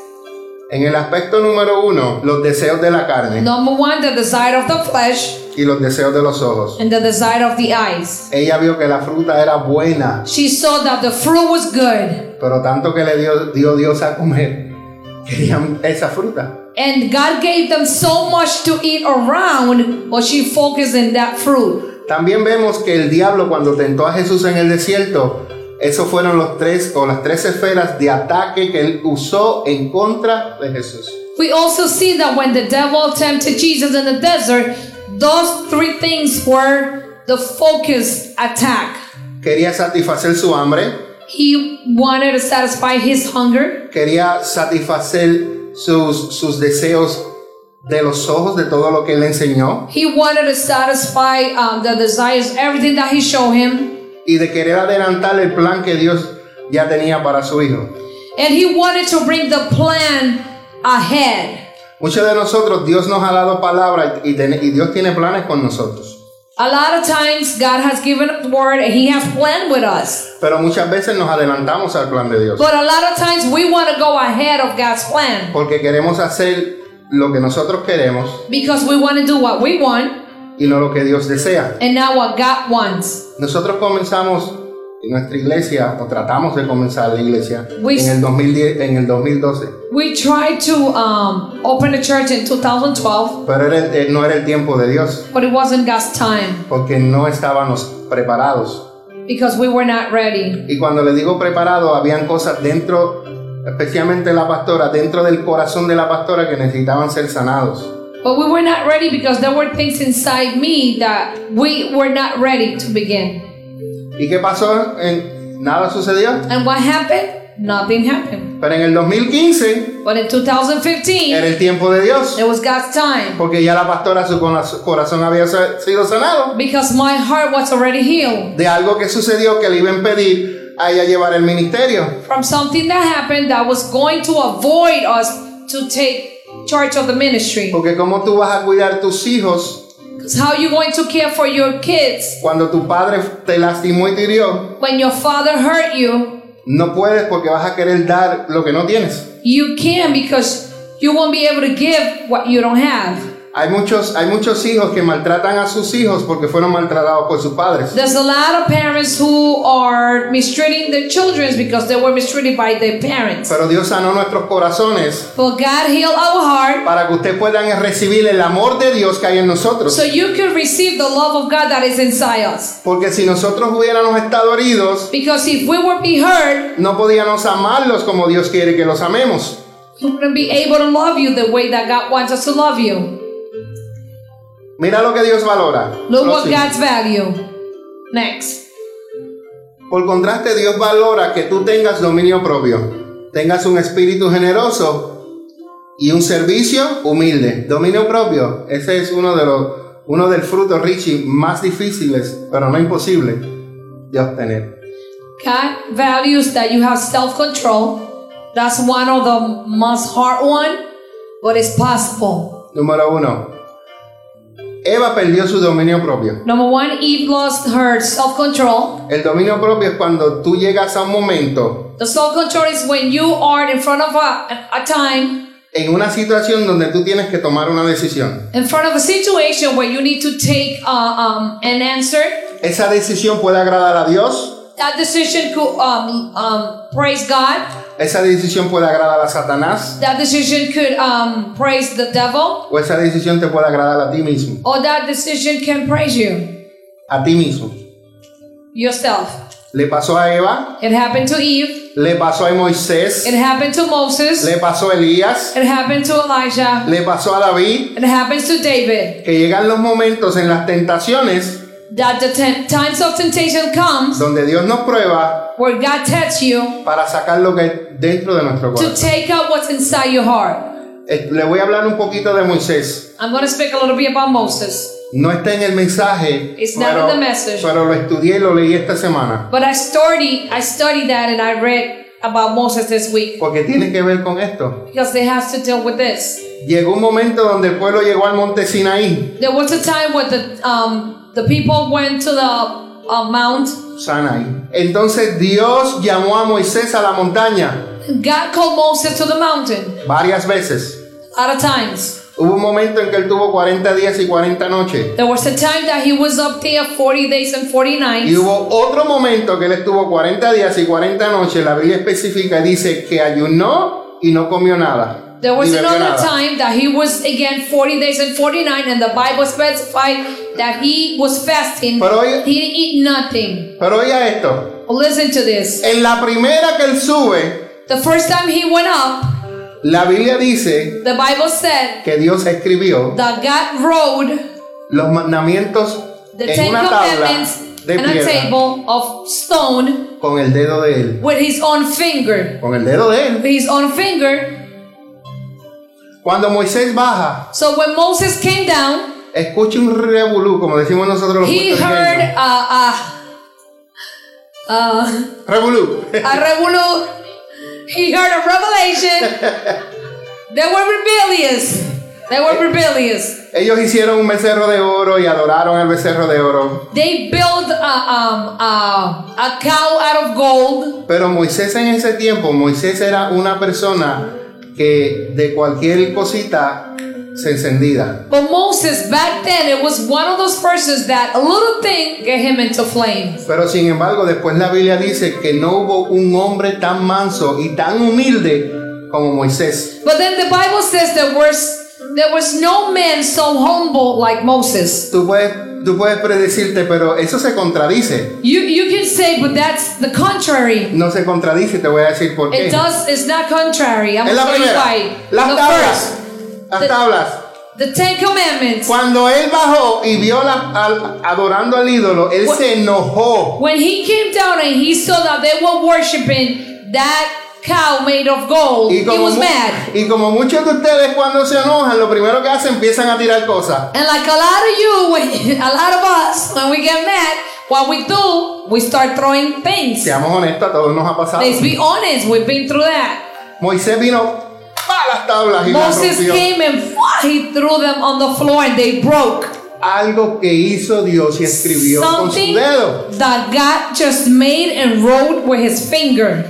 S3: En el aspecto número uno, los deseos de la carne
S2: Number one, the desire of the flesh
S3: y los deseos de los ojos.
S2: and the desire of the eyes.
S3: Ella vio que la fruta era buena,
S2: She saw that the fruit was good,
S3: pero tanto que le dio, dio Dios a comer, *laughs* querían esa fruta.
S2: and God gave them so much to eat around, but she focused in that fruit.
S3: También vemos que el diablo cuando tentó a Jesús en el desierto, esos fueron los tres o las tres esferas de ataque que él usó en contra de Jesús.
S2: We also see that when the devil tempted Jesus in the desert, those three things were the focus attack.
S3: Quería satisfacer su hambre,
S2: He wanted to satisfy his hunger,
S3: quería satisfacer sus, sus deseos de los ojos de todo lo que él le enseñó
S2: He wanted to satisfy um, the desires, everything that he showed him,
S3: y de querer adelantar el plan que Dios ya tenía para su hijo.
S2: and he wanted to bring the plan ahead.
S3: Muchos de nosotros, Dios nos ha dado palabra y, y ten- y Dios tiene planes con nosotros.
S2: A lot of times, God has given a word and He has planned with us,
S3: Pero muchas veces nos adelantamos al plan de Dios.
S2: but a lot of times we want to go ahead of God's plan
S3: Porque queremos hacer lo que nosotros queremos
S2: because we want to do what we want
S3: y no lo que Dios desea.
S2: and not what God wants.
S3: Nosotros comenzamos en nuestra iglesia, o tratamos de comenzar la iglesia,
S2: We-
S3: en el, 2010, en el 2012.
S2: We tried to um, open a church in 2012,
S3: Pero era el- eh, no era el tiempo de Dios,
S2: but it wasn't God's time
S3: porque no estábamos preparados.
S2: because we were not ready.
S3: Y cuando le digo preparado, habían cosas dentro, especialmente la pastora, dentro del corazón de la pastora que necesitaban ser sanados.
S2: But we were not ready because there were things inside me that we were not ready to begin.
S3: ¿Y qué pasó? En- nada sucedió.
S2: And what happened? Nothing happened.
S3: Pero en el 2015
S2: But in 2015,
S3: era el tiempo de Dios,
S2: it was God's time
S3: porque ya la pastora, su cona- su corazón había sa- sido sanado
S2: because my heart was already healed
S3: de algo que sucedió que le iba a impedir a ella llevar el ministerio.
S2: from something that happened that was going to avoid us to take charge of the ministry.
S3: Porque cómo tú vas a cuidar tus hijos
S2: Because how you going to care for your kids
S3: cuando tu padre te lastimó y te hirió,
S2: when your father hurt you?
S3: no puedes porque vas a querer dar lo que no tienes.
S2: You can because you won't be able to give what you don't have.
S3: Hay muchos, hay muchos hijos que maltratan a sus hijos porque fueron maltratados por sus padres.
S2: There's a lot of parents who are mistreating their children because they were mistreated by their parents.
S3: Pero Dios sanó nuestros corazones
S2: But God heal our heart
S3: para que ustedes puedan recibir el amor de Dios que hay en nosotros.
S2: so you can receive the love of God that is inside us.
S3: Porque si nosotros hubiéramos estado heridos,
S2: Because if we would be hurt,
S3: no podíamos amarlos como Dios quiere que los amemos.
S2: we wouldn't be able to love you the way that God wants us to love you.
S3: Mira lo que Dios valora.
S2: Look
S3: Los
S2: what
S3: hijos.
S2: God's value. Next.
S3: Por contraste, Dios valora que tú tengas dominio propio, tengas un espíritu generoso y un servicio humilde. Dominio propio, ese es uno de los uno del fruto Richie más difíciles, pero no imposible de obtener.
S2: God values that you have self-control. That's one of the most hard one, but it's possible.
S3: Número uno, Eva perdió su dominio propio.
S2: Number one, Eve lost her self-control.
S3: El dominio propio es cuando tú llegas a un momento
S2: The self control is when you are in front of a, a time,
S3: en una situación donde tú tienes que tomar una decisión.
S2: in front of a situation where you need to take uh, um, an answer.
S3: Esa decisión puede agradar a Dios,
S2: That decision could um, um, praise God.
S3: esa decisión puede agradar a Satanás,
S2: That decision could um, praise the devil.
S3: O esa decisión te puede agradar a ti mismo.
S2: Or that decision can praise you
S3: A ti mismo.
S2: yourself.
S3: Le pasó a Eva,
S2: It happened to Eve.
S3: le pasó a Moisés,
S2: It happened to Moses.
S3: le pasó a Elías,
S2: It happened to Elijah.
S3: le pasó a David,
S2: It happens to David.
S3: que llegan los momentos en las tentaciones
S2: That the tem- times of temptation comes
S3: donde Dios nos prueba
S2: where God tests you
S3: para sacar lo que hay dentro de nuestro
S2: to
S3: corazón.
S2: take out what's inside your heart.
S3: Eh, Le voy a hablar un poquito de Moisés.
S2: I'm going to speak a little bit about Moses,
S3: No está en el mensaje,
S2: It's not
S3: pero,
S2: in the message.
S3: pero lo estudié y lo leí esta semana,
S2: but I studied I studied that and I read about Moses this week
S3: porque tiene que ver con esto.
S2: because it has to deal with this.
S3: Llegó un momento donde el pueblo llegó al monte Sinaí,
S2: There was a time where the um, the people went to the uh, mount.
S3: Sanaí. Entonces Dios llamó a Moisés a la montaña
S2: God called Moses to the mountain
S3: varias veces.
S2: at a times.
S3: Hubo un momento en que él tuvo 40 días y 40 noches.
S2: There was a time that he was up there 40 days and 40
S3: Y
S2: nights.
S3: hubo otro momento que él estuvo 40 días y 40 noches. La Biblia especifica y dice que ayunó y no comió nada.
S2: There was
S3: ni bebió
S2: another
S3: nada.
S2: time that he was again 40 days and 49 and the Bible specified that he was fasting.
S3: Pero oye-
S2: he didn't eat nothing.
S3: Pero oiga esto.
S2: Listen to this.
S3: En la primera que él sube,
S2: The first time he went up,
S3: la Biblia dice
S2: the Bible said
S3: que Dios escribió
S2: that God wrote
S3: los mandamientos
S2: the
S3: en
S2: Ten
S3: una tabla
S2: Commandments
S3: de
S2: on a
S3: piedra
S2: table of stone
S3: con el dedo de él.
S2: with his own finger.
S3: Con el dedo de él.
S2: With his own finger,
S3: Cuando Moisés baja,
S2: So when Moses came down,
S3: escucha un revolú, como decimos nosotros los
S2: he heard
S3: puertorriqueños.
S2: uh, uh, uh,
S3: Revolú. *laughs*
S2: a revolu- He heard a revelation. they were rebellious. They were rebellious.
S3: Ellos hicieron un becerro de oro y adoraron al becerro de oro.
S2: They built a, um, a, a cow out of gold.
S3: Pero Moisés en ese tiempo, Moisés era una persona que de cualquier cosita se encendida.
S2: But Moses, back then, it was one of those persons that a little thing get him into flame.
S3: Pero sin embargo, después la Biblia dice que no hubo un hombre tan manso y tan humilde como Moisés.
S2: But then the Bible says there was there was no man so humble like Moses.
S3: Tú puedes, tú puedes predecirte, pero eso se contradice.
S2: You you can say, but that's the contrary.
S3: No se contradice, te voy a decir por qué.
S2: It does. It's not contrary. I'm
S3: Es la
S2: gonna tell you
S3: primera.
S2: why.
S3: Las
S2: the
S3: tablas. Las
S2: The-
S3: tablas.
S2: The Ten Commandments.
S3: Cuando él bajó y vio la- al- adorando al ídolo, él
S2: What-
S3: se enojó.
S2: When he came down and he saw that they were worshiping that cow made of gold, he
S3: Y como,
S2: was
S3: mu-
S2: mad.
S3: y como muchos de ustedes cuando se enojan, lo primero que hacen empiezan a tirar cosas.
S2: And like a lot of you, *laughs* when, a lot of us, when we get mad, what we do, we start throwing things.
S3: Seamos honestos, a todos nos ha pasado.
S2: Let's be honest, we've been through that.
S3: Moisés vino a las tablas y las
S2: Moses
S3: rompió.
S2: came and fwa- he threw them on the floor and they broke.
S3: algo que hizo Dios y escribió con su
S2: Something
S3: dedo,
S2: that God just made and wrote with his finger.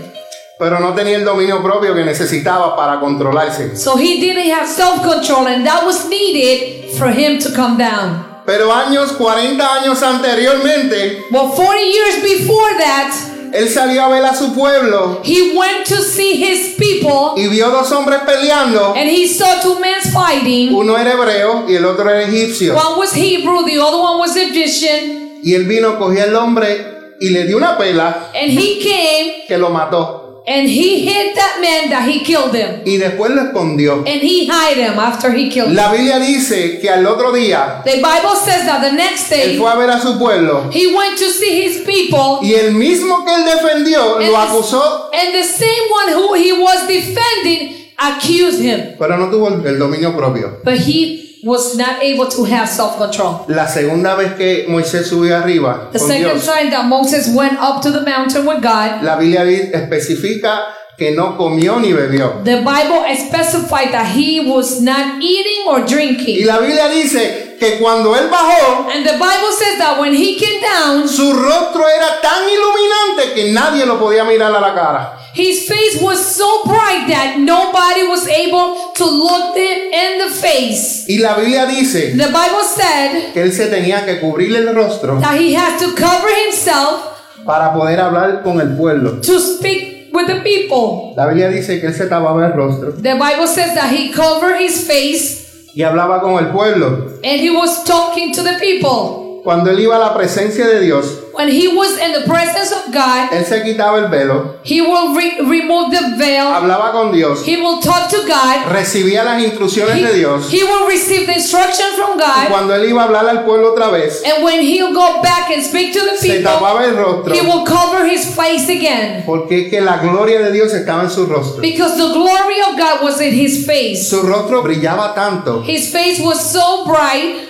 S3: pero no tenía el dominio propio que necesitaba para controlarse.
S2: So he didn't have self control, and that was needed for him to come down.
S3: Pero años, 40 años anteriormente,
S2: Well, 40 years before that,
S3: él salió a ver a su pueblo
S2: he went to see his people
S3: y vio dos hombres peleando.
S2: and he saw two men fighting.
S3: Uno era hebreo y el otro era egipcio.
S2: One was Hebrew, the other one was Egyptian.
S3: Y él vino, cogió al hombre y le dio una pela
S2: And he came
S3: que lo mató.
S2: and he hit that man that he killed him.
S3: Y después lo escondió.
S2: And he hid him after he killed him.
S3: La Biblia dice que al otro día,
S2: The Bible says that the next
S3: él
S2: day
S3: fue a ver a su pueblo
S2: he went to see his people.
S3: y el mismo que él defendió
S2: And
S3: lo
S2: the-
S3: acusó
S2: And the same one who he was defending accused him.
S3: pero no tuvo el dominio propio.
S2: But he was not able to have self control.
S3: La segunda vez que Moisés subió arriba
S2: The
S3: con
S2: second
S3: Dios,
S2: time that Moses went up to the mountain with God,
S3: la Biblia di- especifica que no comió ni bebió.
S2: the Bible specified that he was not eating or
S3: Y
S2: drinking.
S3: la Biblia dice que cuando él bajó,
S2: And the Bible says that when he came down,
S3: su rostro era tan iluminante que nadie lo podía mirar a la cara.
S2: his face was so bright that nobody was able to look him in the face.
S3: Y la Biblia dice
S2: The Bible said
S3: que él se tenía que cubrir el rostro
S2: that he had to cover himself
S3: para poder hablar con el pueblo.
S2: to speak with the people.
S3: La Biblia dice que él se tapaba el rostro
S2: The Bible says that he covered his face
S3: y hablaba con el pueblo.
S2: and he was talking to the people.
S3: Cuando él iba a la presencia de Dios,
S2: When he was in the presence of God,
S3: él se quitaba el velo,
S2: He will re- remove the veil.
S3: hablaba con Dios
S2: He will talk to God.
S3: recibía las instrucciones
S2: He,
S3: de Dios.
S2: he will receive the instruction from
S3: Y
S2: God.
S3: cuando él iba a hablar al pueblo otra vez,
S2: And when he'll go back and speak to the
S3: se
S2: people,
S3: tapaba el rostro.
S2: he will cover his face again.
S3: Porque es que la gloria de Dios estaba en su rostro.
S2: Because the glory of God was in his face.
S3: Su rostro brillaba tanto.
S2: His face was so bright.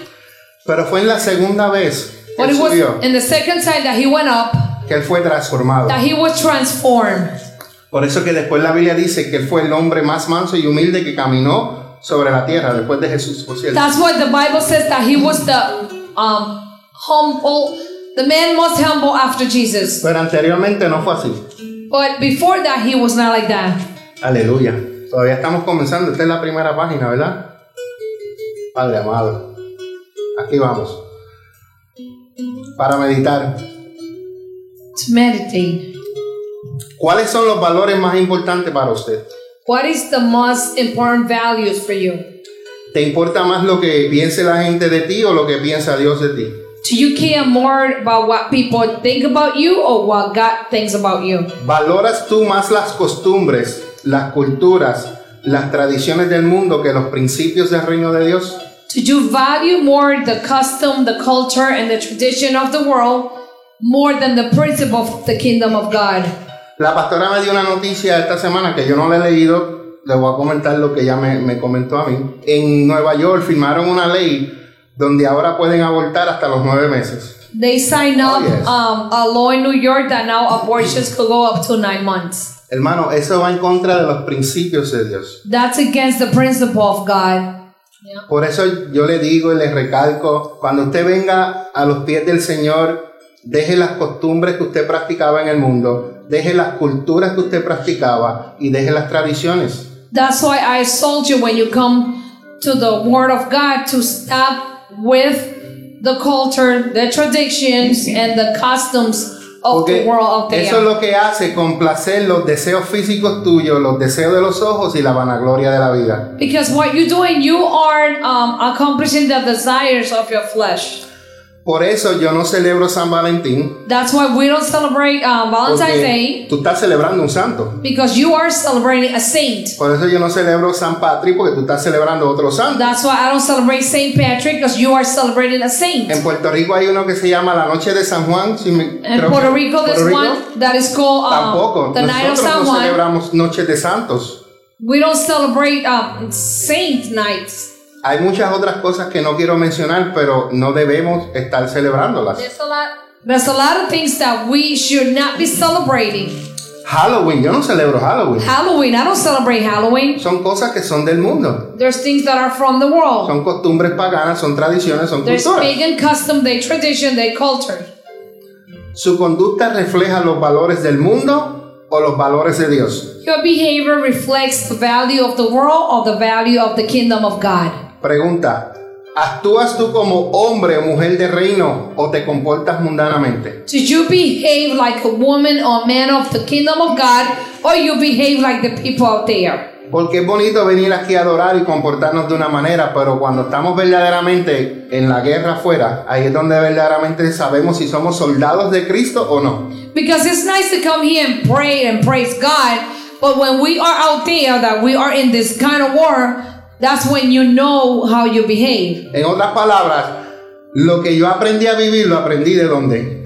S3: Pero fue en la segunda vez que
S2: But
S3: él
S2: it was
S3: subió
S2: in the second time that he went up
S3: que él fue transformado.
S2: that he was transformed.
S3: Por eso que después la Biblia dice que él fue el hombre más manso y humilde que caminó sobre la tierra después de Jesús, por cierto.
S2: That's why the Bible says that he was the um, humble, the man most humble after Jesus.
S3: Pero anteriormente no fue así.
S2: But before that, he was not like that.
S3: Aleluya. Todavía estamos comenzando. Esta es la primera página, ¿verdad? Padre amado. Aquí vamos. Para meditar.
S2: To meditate.
S3: ¿Cuáles son los valores más importantes para usted?
S2: What is the most important values for you?
S3: ¿Te importa más lo que piense la gente de ti o lo que piensa Dios de ti?
S2: Do you care more about what people think about you or what God thinks about you?
S3: ¿Valoras tú más las costumbres, las culturas, las tradiciones del mundo que los principios del reino de Dios?
S2: Do you value more the custom, the culture, and the tradition of the world more than the principle of the kingdom of God?
S3: La pastora me dio una noticia esta semana que yo no la he leído les voy a comentar lo que ya me, me comentó a mí. En Nueva York firmaron una ley donde ahora pueden abortar hasta los nueve meses.
S2: They signed up
S3: Oh, yes.
S2: um, a law in New York that now abortions could go up to nine months.
S3: Hermano, eso va en contra de los principios de Dios.
S2: That's against the principle of God.
S3: Por eso yo le digo y le recalco, cuando usted venga a los pies del Señor, deje las costumbres que usted practicaba en el mundo, deje las culturas que usted practicaba y deje las tradiciones.
S2: That's why I told you when you come to the Word of God to stop with the culture, the
S3: *laughs*
S2: traditions, and the customs of
S3: Porque
S2: the world out there.
S3: eso es lo que hace complacer los deseos físicos tuyos, los deseos de los ojos y la vanagloria de la vida.
S2: Because what you're doing, you are um, accomplishing the desires of your flesh.
S3: Por eso yo no celebro San Valentín.
S2: That's why we don't celebrate um, Valentine's
S3: Porque
S2: Day
S3: tú estás celebrando un santo.
S2: because you are celebrating a saint.
S3: Por eso yo no celebro San Patrick porque tú estás celebrando otro santo.
S2: That's why I don't celebrate Saint Patrick because you are celebrating a saint.
S3: En Puerto Rico hay uno que se llama La Noche de San Juan. si me-
S2: In
S3: creo-
S2: Puerto Rico, there's
S3: Puerto Rico,
S2: one that is called
S3: Tampoco.
S2: um, the Night of
S3: Nosotros
S2: San
S3: no
S2: Juan.
S3: celebramos Noches de Santos.
S2: We don't celebrate um, Saint nights.
S3: Hay muchas otras cosas que no quiero mencionar, pero no debemos estar celebrándolas.
S2: There's a lot. There's a lot of things that we should not be celebrating.
S3: Halloween, yo no celebro Halloween.
S2: Halloween. I don't celebrate Halloween.
S3: Son cosas que son del mundo.
S2: There's things that are from the world.
S3: Son costumbres paganas, son tradiciones, son
S2: There's
S3: culturas.
S2: pagan custom, their tradition, their culture.
S3: Su conducta refleja los valores del mundo o los valores de Dios.
S2: Your behavior reflects the value of the world or the value of the kingdom of God.
S3: Pregunta, ¿actúas tú como hombre o mujer de reino o te comportas mundanamente?
S2: Did you behave like a woman or man of the kingdom of God, or you behave like the people out there?
S3: Porque es bonito venir aquí a adorar y comportarnos de una manera, pero cuando estamos verdaderamente en la guerra afuera, ahí es donde verdaderamente sabemos si somos soldados de Cristo o no.
S2: Because it's nice to come here and pray and praise God, but when we are out there, that we are in this kind of war, that's when you know how you behave.
S3: En otras palabras, lo que yo aprendí a vivir lo aprendí de dónde?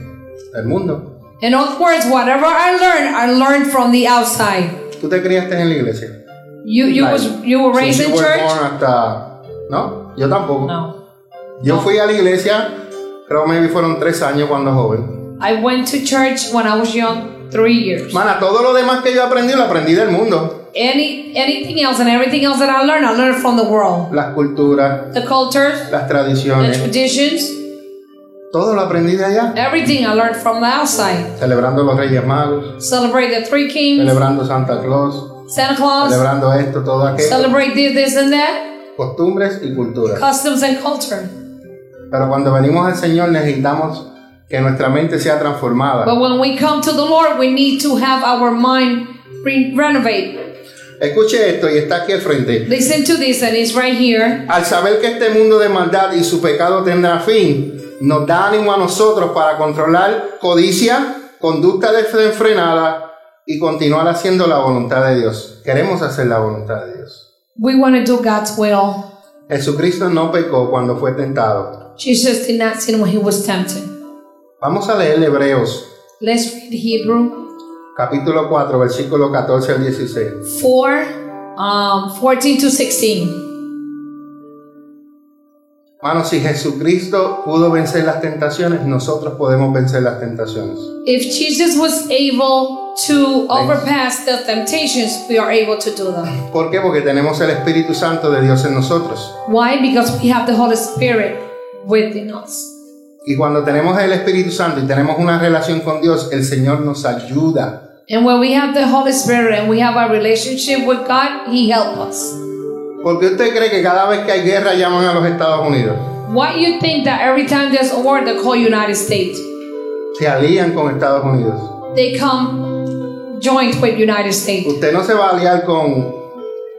S3: Del mundo.
S2: In other words, whatever I learned, I learned from the outside.
S3: Tú te criaste en la iglesia.
S2: You you
S3: Like,
S2: was you were raised
S3: Since
S2: in
S3: you were
S2: church?
S3: born hasta no, yo tampoco.
S2: No.
S3: Yo fui a la iglesia, creo maybe fueron tres años cuando joven.
S2: I went to church when I was young, three years.
S3: Mana, todo lo demás que yo aprendí lo aprendí del mundo.
S2: Any anything else and everything else that I learned, I learned from the world,
S3: Las culturas,
S2: the cultures,
S3: las
S2: the
S3: tradiciones,
S2: traditions,
S3: todo lo aprendí de allá.
S2: everything I learned from the outside.
S3: celebrando los Reyes Magos,
S2: Celebrate the three kings,
S3: celebrando Santa Claus,
S2: Santa Claus.
S3: celebrando esto, todo aquello,
S2: Celebrate this, this, and that,
S3: costumbres y culturas.
S2: customs and culture.
S3: Pero cuando venimos al Señor necesitamos que nuestra mente sea transformada.
S2: But when we come to the Lord, we need to have our mind re- renovate.
S3: Escuche esto y está aquí al frente.
S2: Listen to this, and it's right here.
S3: Al saber que este mundo de maldad y su pecado tendrá fin, nos da ánimo a nosotros para controlar codicia, conducta desenfrenada y continuar haciendo la voluntad de Dios. Queremos hacer la voluntad de Dios.
S2: We want to do God's will.
S3: Jesucristo no pecó cuando fue tentado.
S2: Jesus did not sin when he was tempted.
S3: Vamos a leer Hebreos
S2: Let's read Hebrew
S3: capítulo 4, versículo 14 al 16.
S2: 4 um, 14 to 16
S3: Hermanos, si Jesucristo pudo vencer las tentaciones, nosotros podemos vencer las tentaciones.
S2: if jesus was able to overpass the temptations we are able to do them
S3: ¿Por qué? Porque tenemos el Espíritu Santo de Dios en nosotros.
S2: why because we have the holy spirit within us
S3: Y cuando tenemos el Espíritu Santo y tenemos una relación con Dios, el Señor nos ayuda.
S2: and when we have the holy spirit and we have our relationship with god he help us
S3: ¿Por qué usted cree que cada vez que hay guerra llaman a los Estados Unidos?
S2: why you think that every time there's a war they call united states
S3: Se alían con Estados Unidos.
S2: they come joint with united states
S3: Usted no se va a aliar con,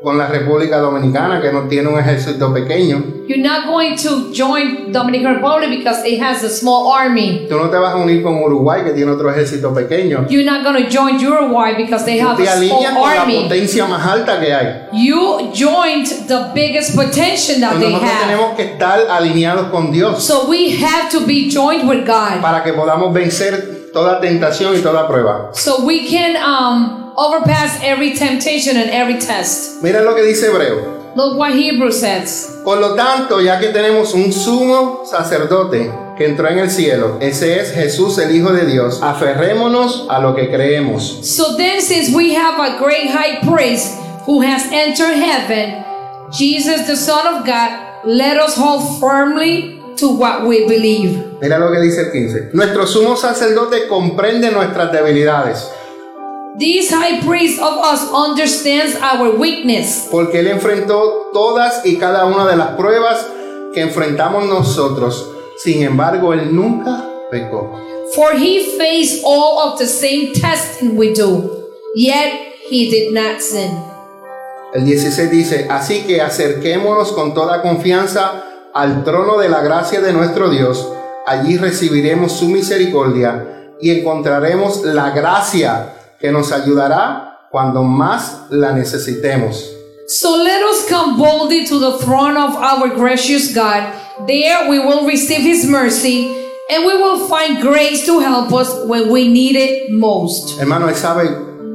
S3: con la República Dominicana, que no tiene un ejército pequeño.
S2: you're not going to join dominican republic because it has a small army
S3: Tú no te vas a unir con Uruguay, que tiene otro ejército pequeño.
S2: You're not going to join Uruguay because they have
S3: te
S2: a small
S3: alineas con la
S2: army.
S3: potencia más alta que hay.
S2: You joined the biggest potential that
S3: Entonces
S2: they
S3: nosotros
S2: have.
S3: tenemos que estar alineados con Dios
S2: So we have to be joined with God
S3: para que podamos vencer toda tentación y toda prueba.
S2: So we can um, overpass every temptation and every test.
S3: Mira lo que dice Hebreo.
S2: Look what Hebrew says.
S3: Por lo tanto, ya que tenemos un sumo sacerdote que entró en el cielo, ese es Jesús el Hijo de Dios, aferrémonos a lo que creemos.
S2: So then, since we have a great high priest who has entered heaven, Jesus, the Son of God, let us hold firmly to what we believe.
S3: Mira lo que dice el 15. Nuestro sumo sacerdote comprende nuestras debilidades,
S2: This high priest of us understands our weakness
S3: porque él enfrentó todas y cada una de las pruebas que enfrentamos nosotros. Sin embargo, él nunca pecó.
S2: For he faced all of the same testing we do, yet he did not sin.
S3: El 16 dice, así que acerquémonos con toda confianza al trono de la gracia de nuestro Dios, allí recibiremos su misericordia y encontraremos la gracia que nos ayudará cuando más la necesitemos.
S2: So let us come boldly to the throne of our gracious God. There we will receive his mercy and we will find grace to help us when we need it most.
S3: Hermano, Él sabe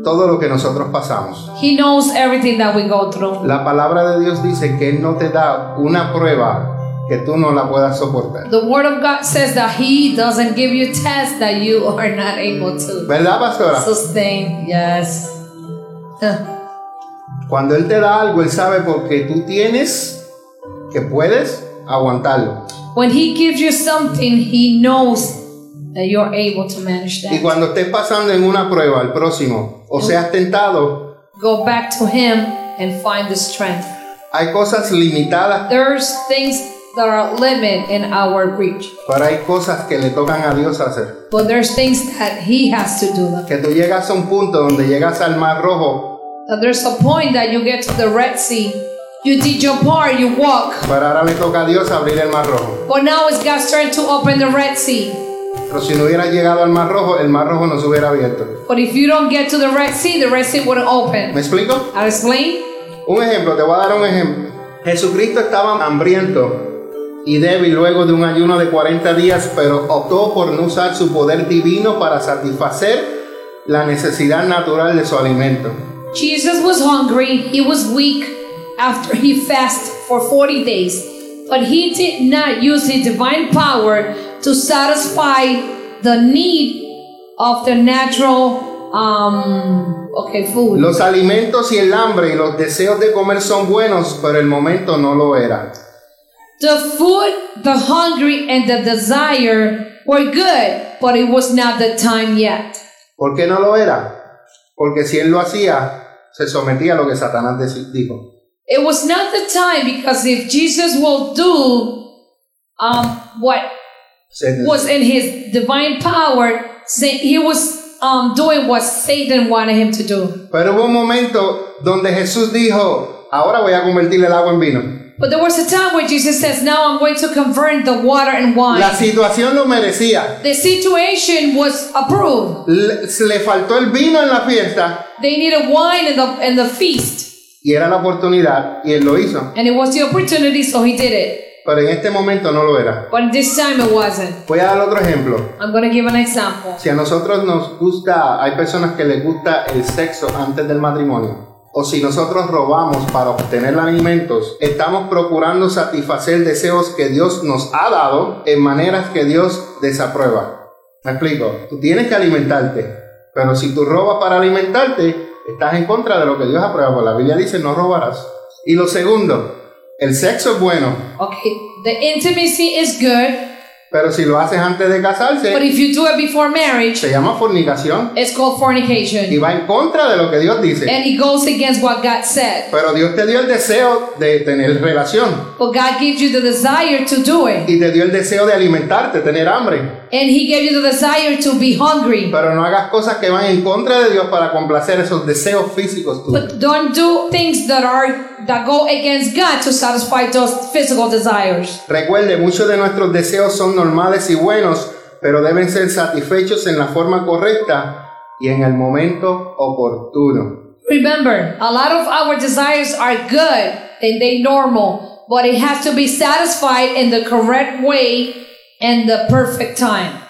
S3: todo lo que nosotros pasamos.
S2: He knows everything that we go through.
S3: La palabra de Dios dice que Él no te da una prueba que tú no la puedas soportar.
S2: The word of God says that he doesn't give you tests that you are not able to
S3: ¿Verdad, pastora?
S2: sustain. Yes. *laughs* Huh.
S3: Cuando Él te da algo, Él sabe porque tú tienes que puedes aguantarlo.
S2: When he gives you something, he knows that you're able to manage
S3: Y
S2: that.
S3: cuando estés pasando en una prueba al próximo o seas tentado,
S2: Go back to him and find the strength.
S3: hay cosas limitadas,
S2: There's things that are limit in our reach,
S3: pero hay cosas que le tocan a Dios hacer.
S2: but there's things that He has to do. them.
S3: Que tú llegas a un punto donde llegas al mar rojo,
S2: Now, there's a point that you get to the Red Sea, you did your part, you walk,
S3: pero ahora le toca a Dios abrir el mar rojo.
S2: but now it's God's turn to open the Red Sea.
S3: Pero si no hubiera llegado al mar rojo, el mar rojo no se hubiera abierto.
S2: But if you don't get to the Red Sea, the Red Sea wouldn't
S3: ¿Me
S2: open.
S3: explico?
S2: I'll explain.
S3: Un ejemplo, te voy a dar un ejemplo. Jesucristo estaba hambriento y débil luego de un ayuno de 40 días, pero optó por no usar su poder divino para satisfacer la necesidad natural de su alimento.
S2: Jesus was hungry, he was weak after he fasted for 40 days, but he did not use his divine power to satisfy the need of the natural um okay food.
S3: Los alimentos y el hambre y los deseos de comer son buenos, pero el momento no lo era.
S2: The food, the hungry and the desire were good, but it was not the time yet.
S3: ¿Por qué no lo era? Porque si él lo hacía, se sometía a lo que Satanás deci- dijo.
S2: It was not the time because if Jesus will do um what
S3: Se-
S2: was in his divine power. Sa- He was um, doing what Satan wanted him to do.
S3: Pero hubo un momento donde Jesús dijo, ahora voy a convertir el agua en vino.
S2: But there was a time where Jesus says, Now I'm going to convert the water and wine.
S3: La situación lo merecía.
S2: the situation was approved.
S3: Le, le faltó el vino en la fiesta
S2: They needed wine in the, in the feast.
S3: y era la oportunidad y él lo hizo.
S2: And it was the opportunity, so he did it.
S3: Pero en este momento no lo era.
S2: But this time it wasn't.
S3: Voy a dar otro ejemplo.
S2: I'm going to give an example.
S3: Si a nosotros nos gusta, hay personas que les gusta el sexo antes del matrimonio. O si nosotros robamos para obtener alimentos, estamos procurando satisfacer deseos que Dios nos ha dado en maneras que Dios desaprueba. Me explico, tú tienes que alimentarte, pero si tú robas para alimentarte, estás en contra de lo que Dios aprueba. Porque La Biblia dice no robarás. Y lo segundo, el sexo es bueno,
S2: Okay, the intimacy is good,
S3: pero si lo haces antes de
S2: but
S3: casarse,
S2: if you do it before marriage,
S3: se llama fornicación.
S2: it's called
S3: y
S2: fornication.
S3: va en contra de lo que Dios dice.
S2: And it goes against what God said.
S3: Pero Dios te dio el deseo de tener relación
S2: But God gives you the desire to do it.
S3: y te dio el deseo de alimentarte, tener hambre.
S2: And He gave you the desire to be hungry.
S3: Pero no hagas cosas que van en contra de Dios para complacer esos deseos físicos tuyos.
S2: But don't do things that are that go against God to satisfy those physical desires.
S3: Recuerde, muchos de nuestros deseos son normales y buenos, pero deben ser satisfechos en la forma correcta y en el momento oportuno.
S2: Remember, a lot of our desires are good and they normal, but it has to be satisfied in the correct way and the perfect time.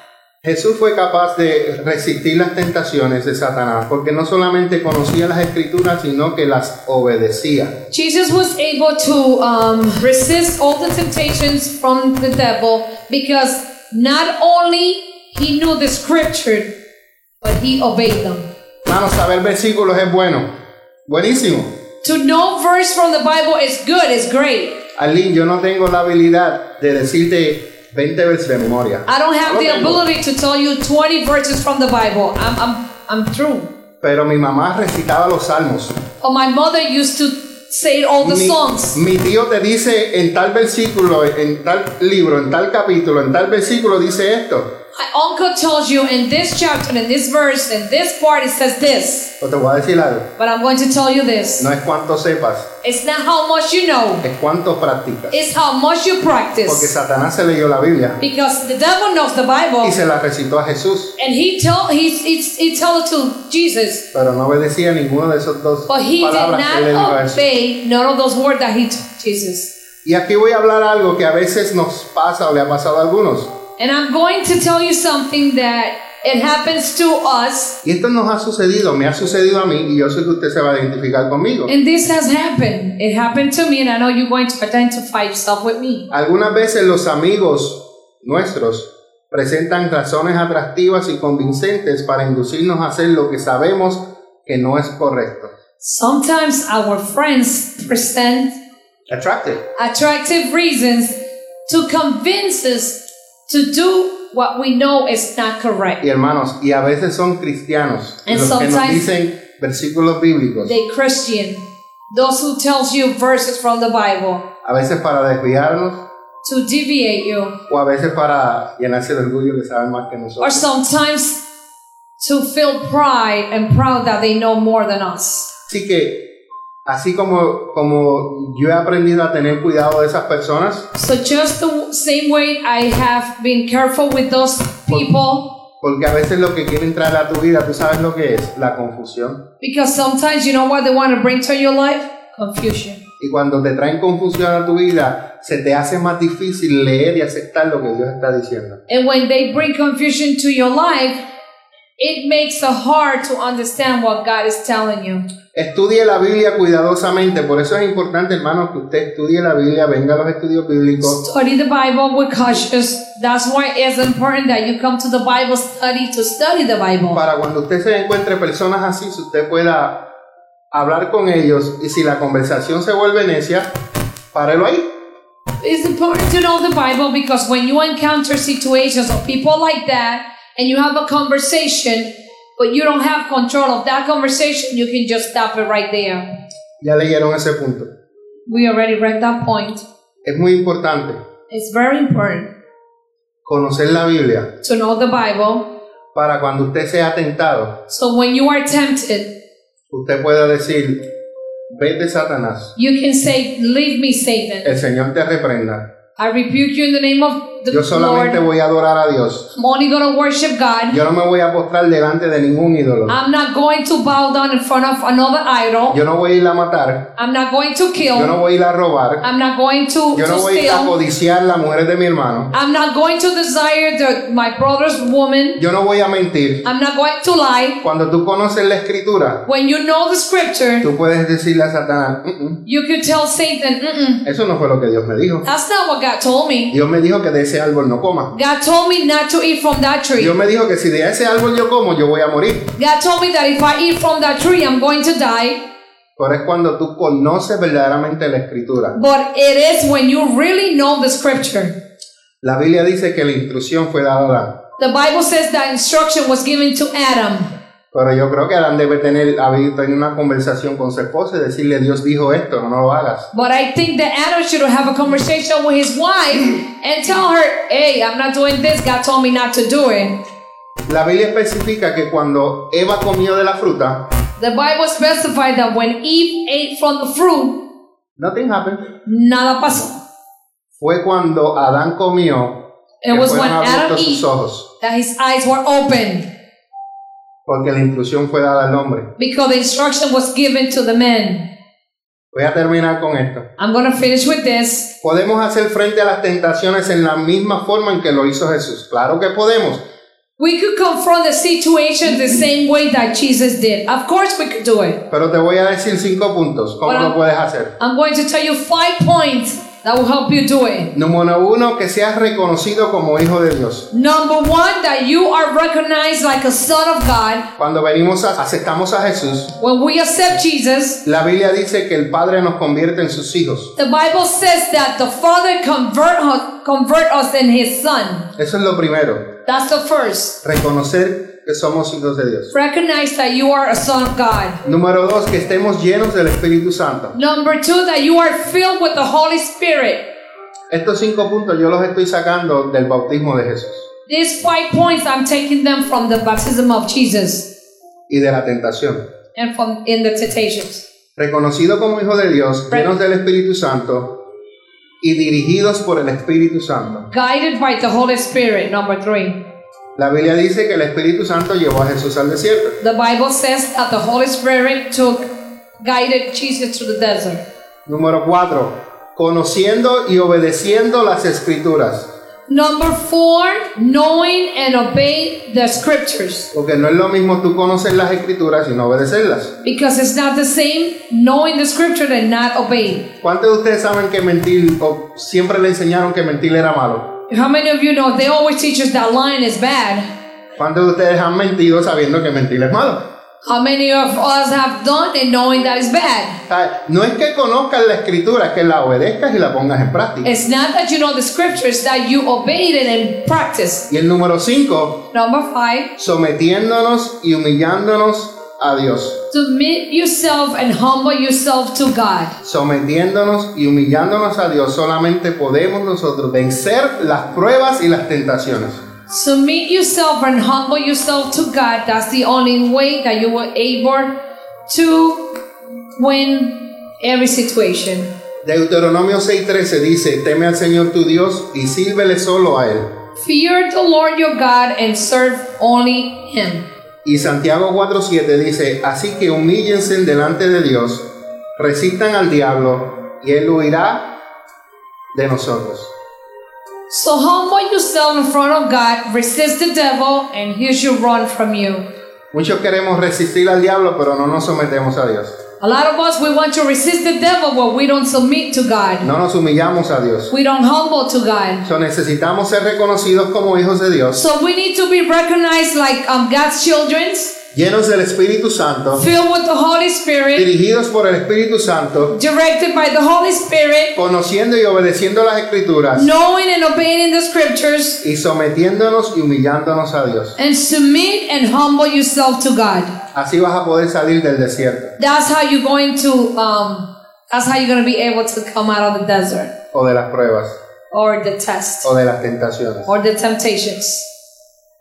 S3: Jesús fue capaz de resistir las tentaciones de Satanás porque no solamente conocía las escrituras, sino que las obedecía.
S2: Jesus was able to um, resist all the temptations from the devil because not only he knew the scripture, but he obeyed them.
S3: Hermano, saber versículos es bueno, buenísimo.
S2: To know verse from the Bible is good, is great.
S3: Arlene, yo no tengo la habilidad de decirte 20 versos de memoria.
S2: I don't have
S3: No
S2: the
S3: tengo.
S2: ability to tell you 20 verses from the Bible. I'm, I'm, I'm through.
S3: Pero mi mamá recitaba los salmos.
S2: Oh, my mother used to say all the
S3: mi,
S2: songs.
S3: mi tío te dice en tal versículo, en tal libro, en tal capítulo, en tal versículo dice esto.
S2: My uncle tells you in this chapter, in this verse, in this part, it says this.
S3: O te voy a decir algo.
S2: But I'm going to tell you this.
S3: No es cuánto sepas,
S2: It's not how much you know,
S3: es cuánto practicas.
S2: it's how much you
S3: Porque
S2: practice.
S3: Satanás se leyó la Biblia
S2: Because the devil knows the Bible,
S3: y se la recitó a Jesús,
S2: and he tell he, he, he tell it to Jesus,
S3: pero no obedecía ninguno de esos dos
S2: but he did
S3: palabras que él le dijo a
S2: not
S3: Jesús.
S2: obey none of those words that he told Jesus.
S3: Y aquí voy a hablar algo que a veces nos pasa o le ha pasado a algunos.
S2: And I'm going to tell you something that it happens to us,
S3: Y esto nos ha sucedido, me ha sucedido a mí y yo sé que usted se va a identificar conmigo.
S2: and this has happened. It happened to me, and I know you're going to identify yourself with me.
S3: Algunas veces los amigos nuestros presentan razones atractivas y convincentes para inducirnos a hacer lo que sabemos que no es correcto.
S2: Sometimes our friends present
S3: Attractive.
S2: attractive reasons to convince us to do what we know is not correct.
S3: Y hermanos, y a veces son cristianos
S2: And
S3: los que nos
S2: sometimes-
S3: dicen versículos bíblicos,
S2: They Christian, those who tells you verses from the Bible
S3: a veces para desviarnos
S2: to deviate you,
S3: o a veces para llenarse de orgullo que saben más que
S2: or
S3: nosotros.
S2: sometimes to feel pride and proud that they know more than us.
S3: Así que, así como, como yo he aprendido a tener cuidado de esas personas,
S2: So just the same way I have been careful with those people,
S3: porque a veces lo que quiere entrar a tu vida, tú sabes lo que es, la confusión.
S2: because sometimes you know what they want to bring to your life? Confusion.
S3: Y cuando te traen confusión a tu vida, se te hace más difícil leer y aceptar lo que Dios está diciendo.
S2: And when they bring confusion to your life, it makes it hard to understand what God is telling you.
S3: Estudie la Biblia cuidadosamente, por eso es importante, hermano, que usted estudie la Biblia, venga a los estudios bíblicos,
S2: Study the Bible with cautious. That's why it's important that you come to the Bible study to study the Bible.
S3: para cuando usted se encuentre personas así, si usted pueda hablar con ellos y si la conversación se vuelve necia, párelo ahí.
S2: It's important to know the Bible because when you encounter situations of people like that and you have a conversation, but you don't have control of that conversation, you can just stop it right there.
S3: Ya leyeron ese punto.
S2: We already read that point.
S3: Es muy importante
S2: It's very important
S3: conocer la Biblia
S2: to know the Bible
S3: para cuando usted sea tentado,
S2: so when you are tempted,
S3: usted pueda decir, vete Satanás,
S2: You can say, Leave me, Satan.
S3: el Señor te reprenda.
S2: I rebuke you in the name of the
S3: Yo solamente
S2: Lord.
S3: voy a adorar a Dios.
S2: I'm only going to worship God.
S3: Yo no me voy a postrar delante de ningún ídolo.
S2: I'm not going to bow down in front of another idol.
S3: Yo no voy a ir a matar.
S2: I'm not going to kill.
S3: Yo no voy a ir a robar.
S2: I'm not going to,
S3: Yo no
S2: to
S3: voy a ir a
S2: steal.
S3: codiciar las mujeres de mi hermano.
S2: I'm not going to desire the, my brother's woman.
S3: Yo no voy a mentir.
S2: I'm not going to lie.
S3: Cuando tú conoces la escritura,
S2: When you know the scripture,
S3: tú puedes decirle a Satanás, "Mm, mm,
S2: you could tell Satan, Mm-mm,
S3: eso no fue lo que Dios me dijo.
S2: that's not what God told me.
S3: Dios me dijo que de ese árbol no coma.
S2: God told me not to eat from that tree.
S3: Dios me dijo que si de ese árbol yo como, yo voy a morir.
S2: God told me that if I eat from that tree, I'm going to die.
S3: Pero es cuando tú conoces verdaderamente la escritura.
S2: But it is when you really know the scripture.
S3: La Biblia dice que la instrucción fue dada a Adán.
S2: The Bible says that instruction was given to Adam.
S3: Pero yo creo que Adán debe tener, haber tenido una conversación con su esposa y decirle, Dios dijo esto, no lo hagas.
S2: But I think that Adam should have a conversation with his wife and tell her, hey, I'm not doing this. God told me not to do it.
S3: La Biblia especifica que cuando Eva comió de la fruta,
S2: The Bible specified that when Eve ate from the fruit,
S3: nothing happened.
S2: nada pasó.
S3: Fue cuando Adán comió
S2: It
S3: que
S2: was
S3: fueron
S2: when Adam
S3: abiertos sus
S2: ate
S3: ojos,
S2: that his eyes were opened
S3: porque la instrucción fue dada al hombre.
S2: because the instruction was given to the men.
S3: Voy a terminar con esto.
S2: I'm going to finish with this.
S3: ¿Podemos hacer frente a las tentaciones en la misma forma en que lo hizo Jesús? Claro que podemos.
S2: We could confront the situation the same way that Jesus did. Of course, we could do it.
S3: Pero te voy a decir cinco puntos. ¿Cómo
S2: Bueno.
S3: lo puedes hacer?
S2: I'm going to tell you five points that will help you do it.
S3: Número uno, que seas reconocido como hijo de Dios.
S2: Number one, that you are recognized like a son of God.
S3: Cuando venimos a, aceptamos a Jesús,
S2: When we accept Jesus,
S3: la Biblia dice que el Padre nos convierte en sus hijos.
S2: the Bible says that the Father convert us, convert us in His Son.
S3: Eso es lo primero,
S2: That's the first.
S3: reconocer que somos hijos de Dios.
S2: Recognize that you are a son of God.
S3: Número dos, que estemos llenos del Espíritu Santo.
S2: Number two, that you are filled with the Holy Spirit.
S3: Estos cinco puntos yo los estoy sacando del bautismo de Jesús
S2: These five points, I'm taking them from the baptism of Jesus
S3: y de la tentación.
S2: and from in the temptations.
S3: Reconocido como hijo de Dios, llenos del Espíritu Santo y dirigidos por el Espíritu Santo.
S2: Guided by the Holy Spirit, number three.
S3: La Biblia dice que el Espíritu Santo llevó a Jesús al desierto.
S2: The Bible says that the Holy Spirit took, guided Jesus to the desert.
S3: Número cuatro, conociendo y obedeciendo las escrituras.
S2: Number four, knowing and obeying the scriptures.
S3: Porque no es lo mismo tú conocer las escrituras y no obedecerlas.
S2: Because it's not the same knowing the scripture and not obeying.
S3: ¿Cuántos de ustedes saben que mentir o siempre le enseñaron que mentir era malo?
S2: How many of you know they always teach us that lying is bad?
S3: ¿Cuántos de ustedes han mentido sabiendo que mentir es malo?
S2: How many of us have done it knowing that it's bad?
S3: O sea, No es que conozcas la escritura, es que la obedezcas y la pongas en práctica.
S2: It's not that you know the scriptures, that you obeyed it and practiced.
S3: Y el número 5,
S2: Number five,
S3: sometiéndonos y humillándonos a Dios.
S2: submit yourself and humble yourself to God.
S3: Sometiéndonos y humillándonos a Dios, solamente podemos nosotros vencer las pruebas y las tentaciones.
S2: Submit yourself and humble yourself to God. That's the only way that you were able to win every situation.
S3: Deuteronomio 6:13 dice, teme al Señor tu Dios y sírvele solo a Él.
S2: Fear the Lord your God and serve only Him.
S3: Y Santiago 4:7 dice, así que humíllense delante de Dios, resistan al diablo y Él huirá de nosotros.
S2: So humble yourself in front of God, resist the devil, and he shall run from you.
S3: Muchos queremos resistir al diablo, pero no nos sometemos a Dios.
S2: A lot of us, we want to resist the devil, but we don't submit to God.
S3: No nos humillamos a Dios.
S2: We don't humble to God.
S3: So, necesitamos ser reconocidos como hijos de Dios,
S2: So we need to be recognized like um, God's children,
S3: llenos del Espíritu Santo,
S2: filled with the Holy Spirit,
S3: dirigidos por el Espíritu Santo,
S2: directed by the Holy Spirit,
S3: conociendo y obedeciendo las escrituras
S2: knowing and obeying the scriptures,
S3: y sometiéndonos y humillándonos a Dios.
S2: and submit and humble yourself to God.
S3: Así vas a poder salir del desierto
S2: That's how you're going to. Um, that's how you're going to be able to come out of the desert
S3: o de las pruebas
S2: or the test
S3: o de las tentaciones,
S2: or the temptations.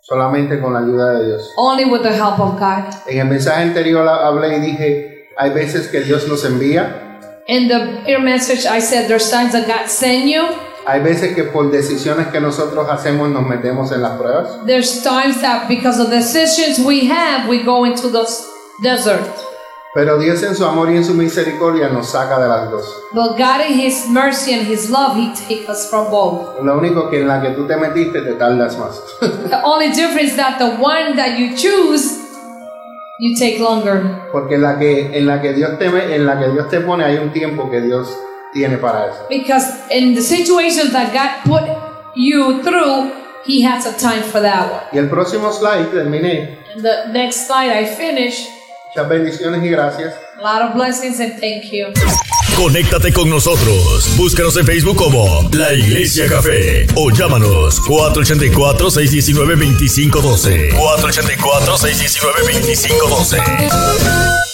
S3: solamente con la ayuda de Dios.
S2: Only with the help of God.
S3: En el mensaje anterior hablé y dije, hay veces que Dios nos envía,
S2: In the peer message, I said there's signs that God send you.
S3: hay veces que por decisiones que nosotros hacemos nos metemos en las pruebas.
S2: There's times that because of decisions we have, we go into the desert.
S3: Pero Dios en su amor y en su misericordia nos saca de las dos.
S2: But God, in His mercy and His love, He takes us from both.
S3: Lo único que en la que tú te metiste te tardas más. *laughs*
S2: The only difference that the one that you choose, you take longer
S3: Porque en la que, en la que, Dios, te, me- en la que Dios te pone hay un tiempo que Dios tiene para eso.
S2: because in the situations that God put you through, He has a time for that one.
S3: Y el próximo slide terminé.
S2: And the next slide, I finish.
S3: Muchas bendiciones y gracias.
S2: A lot of blessings and thank you.
S1: Conéctate con nosotros. Búscanos en Facebook como La Iglesia Café o llámanos 484-619-2512. 484-619-2512.